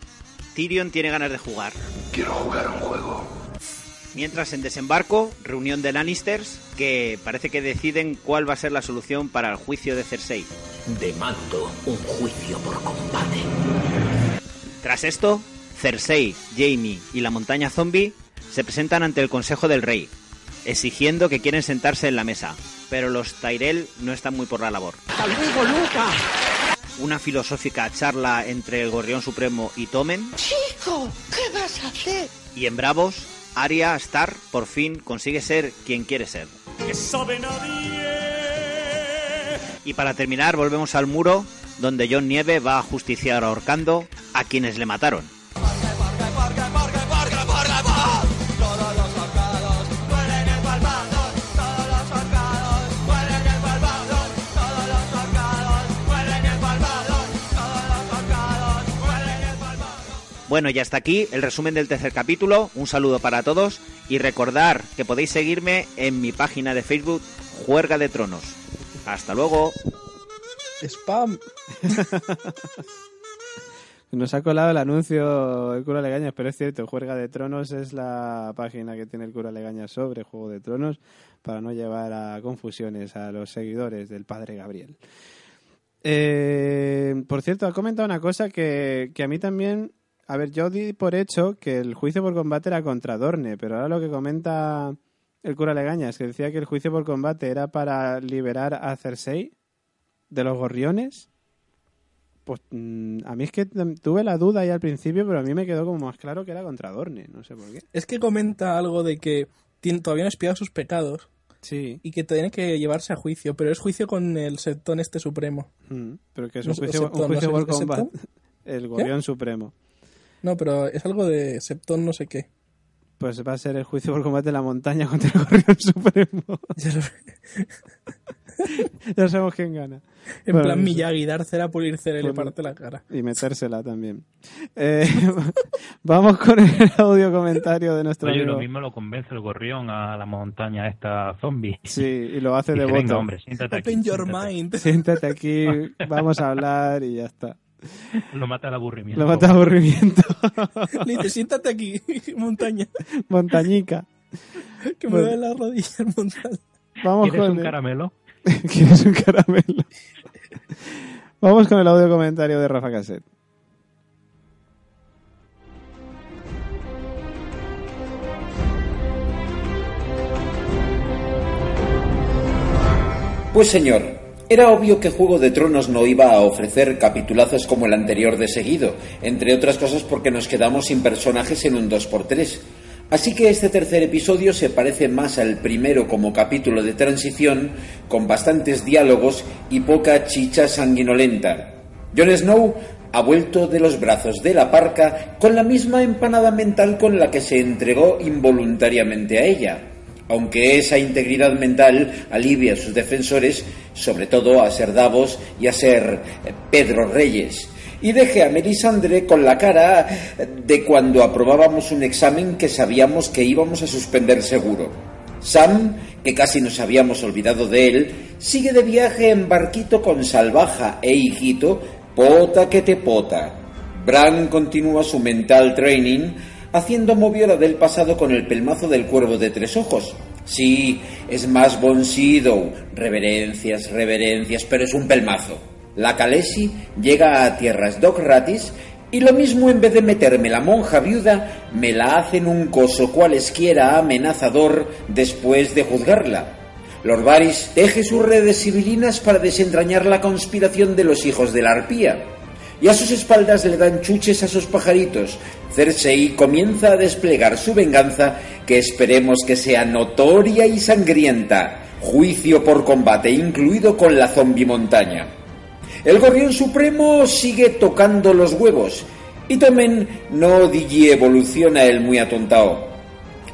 Tyrion tiene ganas de jugar. Quiero jugar a un juego. Mientras en desembarco, reunión de Lannisters que parece que deciden cuál va a ser la solución para el juicio de Cersei. Demando un juicio por combate. Tras esto, Cersei, Jamie y la montaña zombie se presentan ante el Consejo del Rey, exigiendo que quieren sentarse en la mesa, pero los Tyrell no están muy por la labor. ¡Hasta luego, Luca! Una filosófica charla entre el Gorrión Supremo y Tomen. ¡Chico! ¿Qué vas a hacer? Y en Bravos, Arya Star por fin consigue ser quien quiere ser. ¡Que sabe nadie! Y para terminar, volvemos al muro, donde John Nieve va a justiciar ahorcando a quienes le mataron. Bueno, y hasta aquí el resumen del tercer capítulo. Un saludo para todos y recordar que podéis seguirme en mi página de Facebook Juerga de Tronos. Hasta luego. Spam. Nos ha colado el anuncio el cura Legañas, pero es cierto, Juerga de Tronos es la página que tiene el cura Legañas sobre Juego de Tronos para no llevar a confusiones a los seguidores del padre Gabriel. Eh, por cierto, ha comentado una cosa que, que a mí también a ver, yo di por hecho que el juicio por combate era contra Dorne, pero ahora lo que comenta el cura Legañas, que decía que el juicio por combate era para liberar a Cersei de los gorriones, pues mmm, a mí es que tuve la duda ahí al principio, pero a mí me quedó como más claro que era contra Dorne, no sé por qué. Es que comenta algo de que tiene, todavía no ha espiado sus pecados. Sí. Y que tiene que llevarse a juicio, pero es juicio con el septón este supremo. Mm, pero que es un no, juicio, septón, un juicio no, por combate. [laughs] El gorrión ¿Qué? supremo. No, pero es algo de Septón no sé qué. [laughs] Pues va a ser el juicio por combate de la montaña [laughs] contra el Gorrión Supremo. [laughs] ya sabemos quién gana. En bueno, plan eso. Miyagi, dársela, pulirse y le parte la cara. Y metérsela también. Eh, [laughs] vamos con el audio comentario de nuestro Oye, amigo. lo mismo lo convence el gorrión a la montaña esta zombie. [laughs] Sí, y lo hace y de voto. Venga, hombre, siéntate aquí. Open your siéntate. mind. [laughs] Siéntate [laughs] aquí, vamos a hablar y ya está. Lo mata el aburrimiento. Lo mata el aburrimiento. [laughs] Le dice, siéntate aquí, [laughs] montaña. Montañica. Que me duele la rodilla el montaña. Vamos ¿Quieres con un caramelo? [laughs] ¿Quieres un caramelo? Vamos con el audio comentario de Rafa Cassette. Pues señor, era obvio que Juego de Tronos no iba a ofrecer capitulazos como el anterior de seguido, entre otras cosas porque nos quedamos sin personajes en un 2x3. Así que este tercer episodio se parece más al primero como capítulo de transición, con bastantes diálogos y poca chicha sanguinolenta. Jon Snow ha vuelto de los brazos de la parca con la misma empanada mental con la que se entregó involuntariamente a ella aunque esa integridad mental alivia a sus defensores, sobre todo a ser Davos y a ser eh, Pedro Reyes. Y deje a Melisandre con la cara de cuando aprobábamos un examen que sabíamos que íbamos a suspender seguro. Sam, que casi nos habíamos olvidado de él, sigue de viaje en barquito con Salvaja e Higuito, pota que te pota. Bran continúa su mental training haciendo moviola del pasado con el pelmazo del cuervo de tres ojos. Sí, es más Bon Sido. Reverencias, reverencias, pero es un pelmazo. La Kalesi llega a tierras Doc Ratis y lo mismo en vez de meterme la monja viuda, me la hacen un coso cualesquiera amenazador después de juzgarla. Lord Varys teje sus redes civilinas para desentrañar la conspiración de los hijos de la arpía y a sus espaldas le dan chuches a sus pajaritos. Cersei comienza a desplegar su venganza, que esperemos que sea notoria y sangrienta. Juicio por combate incluido con la zombi montaña. El gorrión supremo sigue tocando los huevos. Y también no digi evoluciona el muy atontao.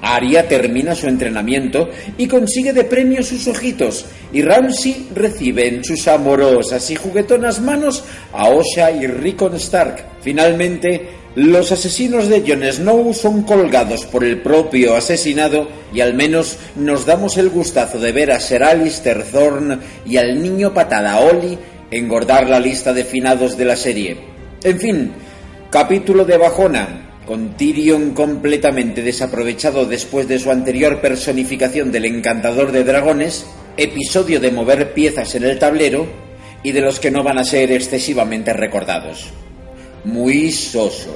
Aria termina su entrenamiento y consigue de premio sus ojitos, y Ramsey recibe en sus amorosas y juguetonas manos a Osha y Rickon Stark. Finalmente, Los asesinos de Jon Snow son colgados por el propio asesinado y al menos nos damos el gustazo de ver a Ser Alistair Thorne y al niño patada Oli engordar la lista de finados de la serie. En fin, capítulo de bajona, con Tyrion completamente desaprovechado después de su anterior personificación del encantador de dragones, episodio de mover piezas en el tablero y de los que no van a ser excesivamente recordados. Muy soso.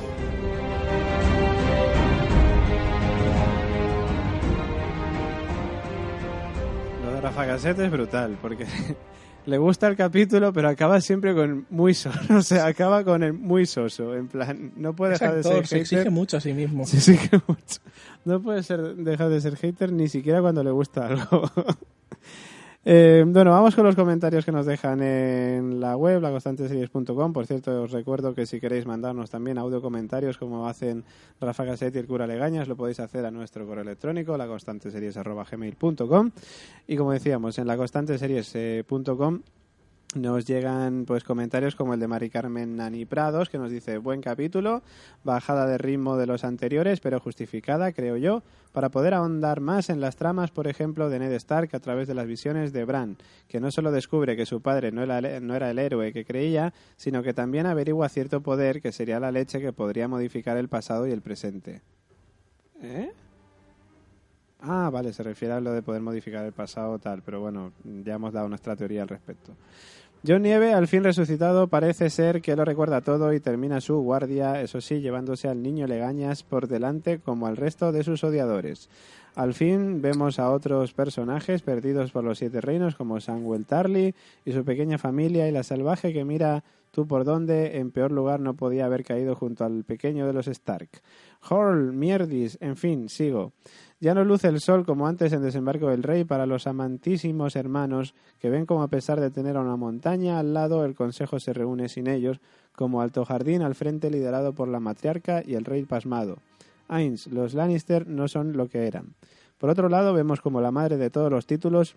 Lo de Rafa Cassette es brutal, porque [laughs] le gusta el capítulo, pero acaba siempre con muy soso. [laughs] O sea, acaba con el muy soso. En plan, no puede Es dejar de ser actor, se hater. exige mucho a sí mismo. Se exige mucho. No puede ser, dejar de ser hater ni siquiera cuando le gusta algo. [laughs] Eh, bueno, vamos con los comentarios que nos dejan en la web, laconstanteseries.com. Por cierto, os recuerdo que si queréis mandarnos también audio comentarios como hacen Rafa Gasset y el cura Legañas, lo podéis hacer a nuestro correo electrónico, laconstanteseries.gmail.com. Y como decíamos, en laconstanteseries.com nos llegan pues comentarios como el de Mari Carmen Nani Prados, que nos dice buen capítulo, bajada de ritmo de los anteriores, pero justificada, creo yo, para poder ahondar más en las tramas, por ejemplo, de Ned Stark a través de las visiones de Bran, que no solo descubre que su padre no era, el- no era el héroe que creía, sino que también averigua cierto poder que sería la leche que podría modificar el pasado y el presente. ¿Eh? Ah, vale, se refiere a lo de poder modificar el pasado tal, pero bueno, ya hemos dado nuestra teoría al respecto. John Nieve, al fin resucitado, parece ser que lo recuerda todo y termina su guardia, eso sí, llevándose al niño Legañas por delante como al resto de sus odiadores. Al fin vemos a otros personajes perdidos por los siete reinos como Samuel Tarly y su pequeña familia y la salvaje que mira tú por donde en peor lugar no podía haber caído junto al pequeño de los Stark. Horl, Mierdis, en fin, sigo. Ya no luce el sol como antes en Desembarco del Rey para los amantísimos hermanos que ven como a pesar de tener a una montaña al lado el consejo se reúne sin ellos, como Alto Jardín al frente liderado por la matriarca y el rey pasmado. Ains, los Lannister no son lo que eran. Por otro lado, vemos como la madre de todos los títulos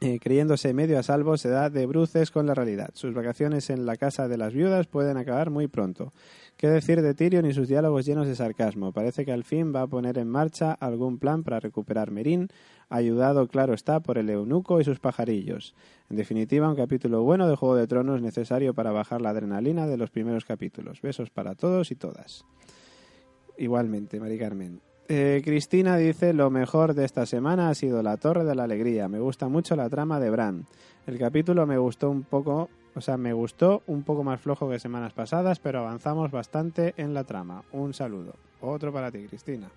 eh, creyéndose medio a salvo, se da de bruces con la realidad. Sus vacaciones en la casa de las viudas pueden acabar muy pronto. ¿Qué decir de Tyrion y sus diálogos llenos de sarcasmo? Parece que al fin va a poner en marcha algún plan para recuperar Merín, ayudado, claro está, por el eunuco y sus pajarillos. En definitiva, un capítulo bueno de Juego de Tronos necesario para bajar la adrenalina de los primeros capítulos. Besos para todos y todas. Igualmente, Mari Carmen. Eh, Cristina dice, lo mejor de esta semana ha sido La Torre de la Alegría. Me gusta mucho la trama de Bran. El capítulo me gustó un poco, o sea, me gustó un poco más flojo que semanas pasadas, pero avanzamos bastante en la trama. Un saludo. Otro para ti, Cristina.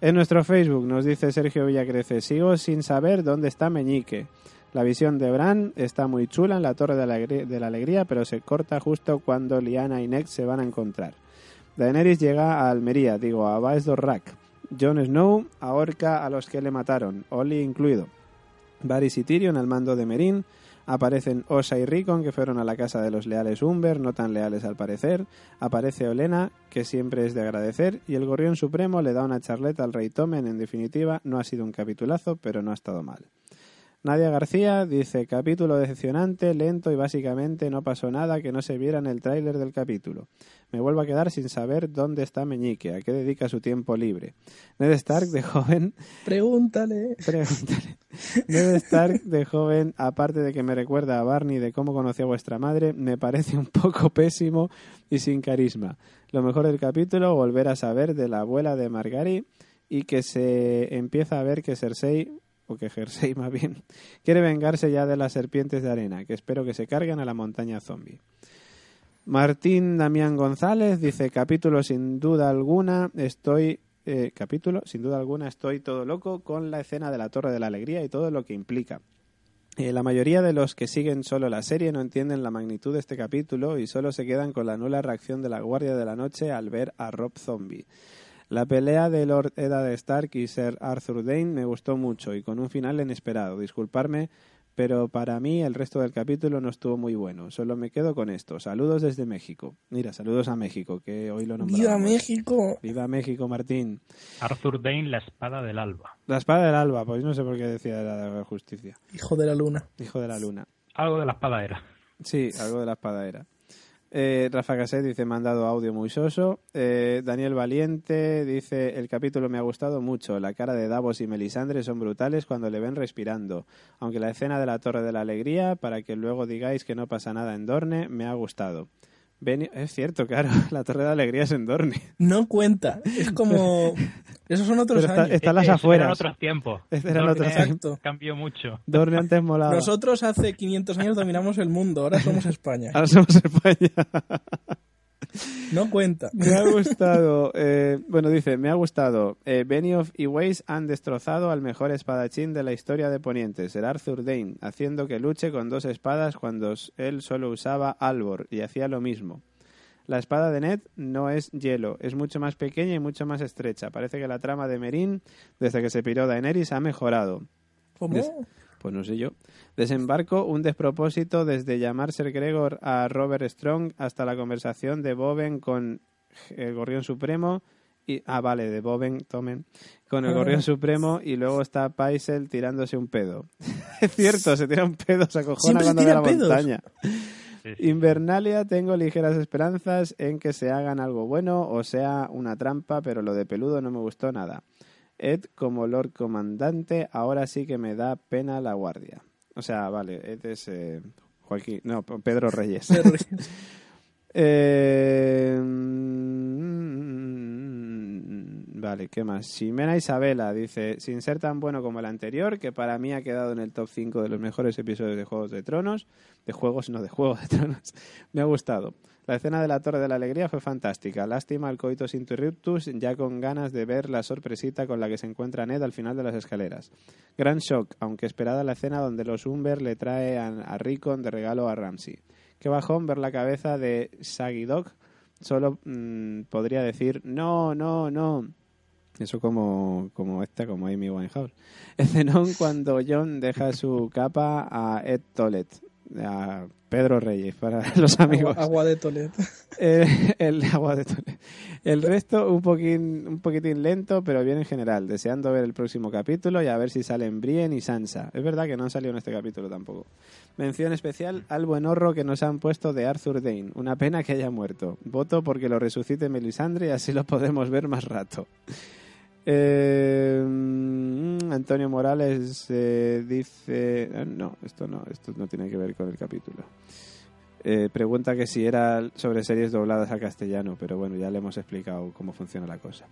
En nuestro Facebook nos dice Sergio Villacrece, sigo sin saber dónde está Meñique. La visión de Bran está muy chula en la Torre de la, Alegre- de la Alegría, pero se corta justo cuando Liana y Ned se van a encontrar. Daenerys llega a Almería, digo, a Baes Dorrak. Jon Snow ahorca a los que le mataron, Oli incluido. Varys y Tyrion al mando de Merín. Aparecen Osa y Rickon, que fueron a la casa de los leales Umber, no tan leales al parecer. Aparece Olena, que siempre es de agradecer. Y el Gorrión Supremo le da una charleta al rey Tomen. En definitiva, no ha sido un capitulazo, pero no ha estado mal. Nadia García dice, capítulo decepcionante, lento y básicamente no pasó nada que no se viera en el tráiler del capítulo. Me vuelvo a quedar sin saber dónde está Meñique, a qué dedica su tiempo libre. Ned Stark de joven Pregúntale. Pregúntale. Ned Stark de joven, aparte de que me recuerda a Barney de cómo conocí a vuestra madre, me parece un poco pésimo y sin carisma. Lo mejor del capítulo, volver a saber de la abuela de Margari y que se empieza a ver que Cersei, o que Cersei más bien, quiere vengarse ya de las serpientes de arena, que espero que se carguen a la montaña zombie. Martín Damián González dice capítulo sin duda alguna estoy eh, capítulo sin duda alguna estoy todo loco con la escena de la Torre de la Alegría y todo lo que implica. Eh, la mayoría de los que siguen solo la serie no entienden la magnitud de este capítulo y solo se quedan con la nula reacción de la Guardia de la Noche al ver a Rob Zombie. La pelea de Lord Eddard Stark y Sir Arthur Dane me gustó mucho y con un final inesperado. Disculparme, pero para mí el resto del capítulo no estuvo muy bueno. Solo me quedo con esto. Saludos desde México. Mira, saludos a México, que hoy lo nombramos. ¡Viva México! ¡Viva México, Martín! Arthur Dane, la espada del alba. La espada del alba, pues no sé por qué decía la de la justicia. Hijo de la luna. Hijo de la luna. Algo de la espada era. Sí, algo de la espada era. Eh, Rafa Gasset dice, me han dado audio muy soso. Eh, Daniel Valiente dice, el capítulo me ha gustado mucho. La cara de Davos y Melisandre son brutales cuando le ven respirando. Aunque la escena de la Torre de la Alegría, para que luego digáis que no pasa nada en Dorne, me ha gustado. Beni- es cierto, claro, [laughs] la Torre de la Alegría es en Dorne. No cuenta. [laughs] Es como... Esos son otros Pero está- años. [laughs] están las Esos afueras. Eran otros tiempos. Este era el otro Exacto. Cambió mucho. Dorne antes molaba. Nosotros hace 500 años dominamos el mundo, ahora [laughs] somos España. Ahora somos España. No cuenta. Me ha gustado. eh, bueno, dice, me ha gustado. Eh, Benioff y Weiss han destrozado al mejor espadachín de la historia de Poniente, Ser Arthur Dane, haciendo que luche con dos espadas cuando s- él solo usaba Albor y hacía lo mismo. La espada de Ned no es hielo, es mucho más pequeña y mucho más estrecha. Parece que la trama de Merín, desde que se piró Daenerys, ha mejorado. ¿Cómo? Des- pues no sé yo. Desembarco, un despropósito desde llamar Sir Gregor a Robert Strong hasta la conversación de Boven con el Gorrión Supremo. Y, ah, vale, de Boven, tomen. Con el [laughs] Gorrión Supremo y luego está Paisel tirándose un pedo. [laughs] es cierto, se tira un pedo, se acojona Siempre pues se cuando ve tira la pedos. montaña. Invernalia, tengo ligeras esperanzas en que se hagan algo bueno o sea una trampa, pero lo de peludo no me gustó nada. Ed, como Lord Comandante, ahora sí que me da pena la guardia. O sea, vale, Ed es eh, Joaquín, no, Pedro Reyes. Eh, mm, vale, ¿qué más? Ximena Isabela dice, sin ser tan bueno como el anterior, que para mí ha quedado en el top 5 de los mejores episodios de Juegos de Tronos, de juegos, no de Juegos de Tronos, [laughs] me ha gustado. La escena de la Torre de la Alegría fue fantástica. Lástima al coitus interruptus, ya con ganas de ver la sorpresita con la que se encuentra Ned al final de las escaleras. Gran shock, aunque esperada la escena donde los Umber le traen a Rickon de regalo a Ramsey. Qué bajón ver la cabeza de Shaggy Dog. Solo mm, podría decir no, no, no. Eso como, como esta, como Amy Winehouse. [laughs] Zenón cuando John deja su capa a Ed Tolet, a Pedro Reyes, para [laughs] los [laughs] amigos. Agua, agua de Toledo. Eh, el [laughs] agua de Toledo. El resto un poquitín, un poquitín lento, pero bien en general. Deseando ver el próximo capítulo y a ver si salen Brienne y Sansa. Es verdad que no han salido en este capítulo tampoco. Mención especial al buen horro que nos han puesto de Arthur Dane. Una pena que haya muerto. Voto porque lo resucite Melisandre y así lo podemos ver más rato. Eh, mm, Antonio Morales eh, dice... eh, No, esto no, esto no tiene que ver con el capítulo. Eh, pregunta que si era sobre series dobladas al castellano, pero bueno, ya le hemos explicado cómo funciona la cosa.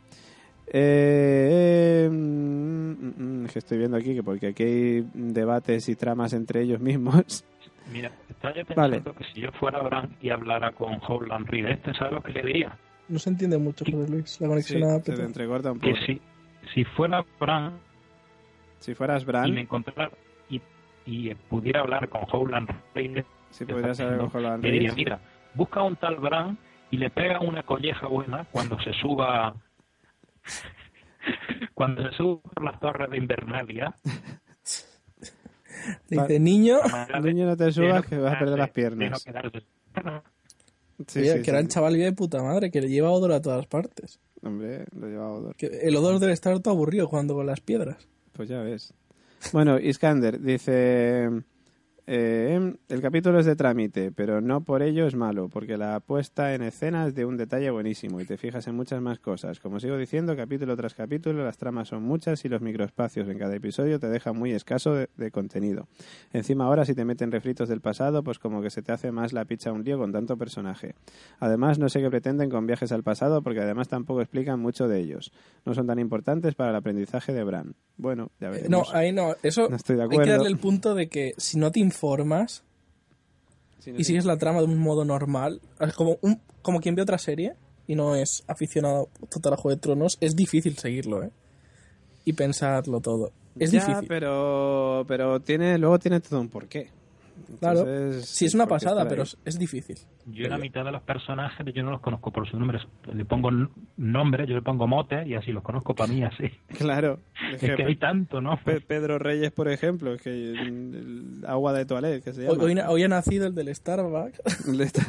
Eh, eh, mm, mm, mm, que estoy viendo aquí que porque aquí hay debates y tramas entre ellos [laughs] mismos. Mira, estaba yo Vale. pensando que si yo fuera Bran y hablara con Howland Reed, este, ¿sabes lo que le diría? No se entiende mucho, José Luis. La conexión a se te Apple. entrecorta un Que poco. si, si fuera Bran Si fueras y me Bran, encontrara y, y pudiera hablar con Howland Reed, si podrías haber cogido a le diría, Andrés. mira, busca un tal Bran y le pega una colleja buena cuando se suba [laughs] cuando se suba por las torres de Invernalia. Le Dice, niño, la manera de- Niño, no te de subas no que vas a perder quedarse- las de no piernas. quedarse- Sí, Oye, sí, que era sí. el chaval vive de puta madre, que le lleva odor a todas partes. Hombre, lo llevaba Odor. Que el odor debe estar todo aburrido jugando con las piedras. Pues ya ves. Bueno, Iskander dice... eh, el capítulo es de trámite, pero no por ello es malo, porque la puesta en escena es de un detalle buenísimo y te fijas en muchas más cosas. Como sigo diciendo, capítulo tras capítulo, las tramas son muchas y los microespacios en cada episodio te dejan muy escaso de, de contenido. Encima ahora si te meten refritos del pasado, pues como que se te hace más la picha un lío con tanto personaje. Además, no sé qué pretenden con viajes al pasado, porque además tampoco explican mucho de ellos. No son tan importantes para el aprendizaje de Bran. Bueno, ya Eh, veremos. No, ahí no. Eso No estoy de Oh, hay que acuerdo. darle el punto de que si no te informas Si no y te- sigues la trama de un modo normal, es como, un, como quien ve otra serie y no es aficionado total a Juego de Tronos, es difícil seguirlo, ¿eh? Y pensarlo todo. Es Ya, difícil. pero, pero tiene, luego tiene todo un porqué. Claro. Entonces, Sí, es una ¿por qué pasada, estar pero ahí? es, es difícil. Yo la mitad de los personajes yo no los conozco por sus nombres. Le pongo n- nombre, yo le pongo mote y así los conozco para [laughs] mí así. [laughs] Claro. Es que hay tanto, ¿no? Pe- Pedro Reyes, por ejemplo, que el agua de toilet, que se Hoy, llama. hoy na- hoy ha nacido el del Starbucks. Le está-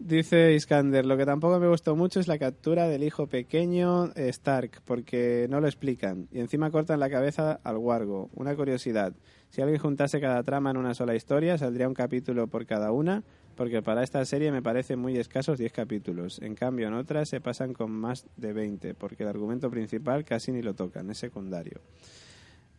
Dice Iskander, lo que tampoco me gustó mucho es la captura del hijo pequeño eh, Stark, porque no lo explican. Y encima cortan la cabeza al wargo. Una curiosidad, si alguien juntase cada trama en una sola historia, saldría un capítulo por cada una, porque para esta serie me parece muy escasos 10 capítulos. En cambio, en otras se pasan con más de 20, porque el argumento principal casi ni lo tocan, es secundario.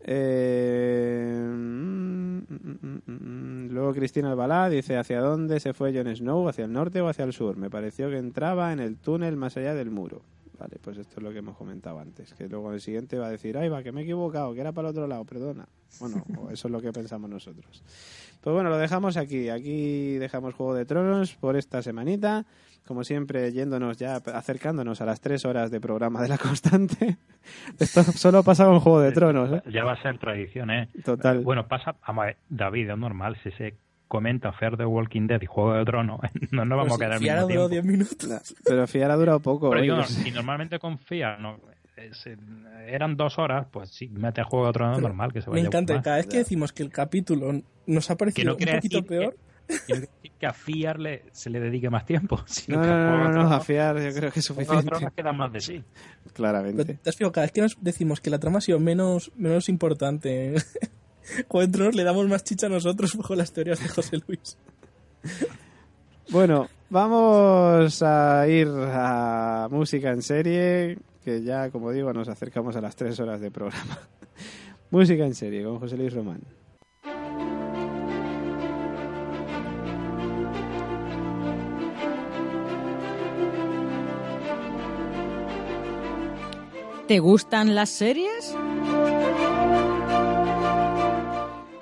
Eh, mm, mm, mm, Luego Cristina Albalá dice ¿Hacia dónde se fue Jon Snow? ¿Hacia el norte o hacia el sur? Me pareció que entraba en el túnel más allá del muro. Vale, pues esto es lo que hemos comentado antes. Que luego el siguiente va a decir, ay, va, que me he equivocado, que era para el otro lado, perdona. Bueno, eso es lo que pensamos nosotros. Pues bueno, lo dejamos aquí. Aquí dejamos Juego de Tronos por esta semanita. Como siempre, yéndonos ya, acercándonos a las tres horas de programa de la constante. [laughs] Esto solo pasa con Juego de Tronos. ¿eh? Ya va a ser tradición, ¿eh? Total. Bueno, pasa, a David, es normal, si se comenta Fair de Walking Dead y Juego de Tronos, [laughs] no nos [laughs] vamos Pues a quedar Fiara mismo duró tiempo. 10 minutos. Pero Fiar ha durado poco. Pero ¿eh? digo, Yo sé. si normalmente confía, no, es, eh, eran dos horas, pues sí, mete a Juego de Tronos Pero normal, que se Me vaya encanta, más. cada vez que decimos que el capítulo nos ha que parecido no un quiere poquito decir peor, que, que no quiere decir que a Fiar le- se le dedique más tiempo, [laughs] sino No, que a no, no, Juego de no, no, Tronos- a Fiar yo creo que es Juego de Tronos [laughs] suficiente. queda más de sí. Claramente. Pero te has fijado, cada vez que nos decimos que la trama ha sido menos, menos importante, [laughs] en Juego de Tronos le damos más chicha a nosotros [laughs] bajo las teorías de José Luis. Bueno, vamos a ir a música en serie, que ya, como digo, nos acercamos a las tres horas de programa. [laughs] música en serie con José Luis Román. ¿Te gustan las series?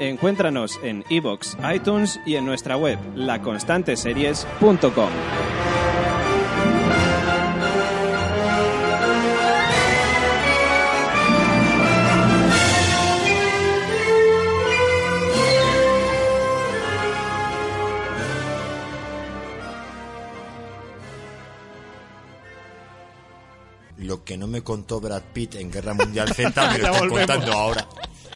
Encuéntranos en iBox, iTunes y en nuestra web, laconstanteseries.com. Lo que no me contó Brad Pitt en Guerra Mundial Z me lo Ya están volvemos. contando ahora.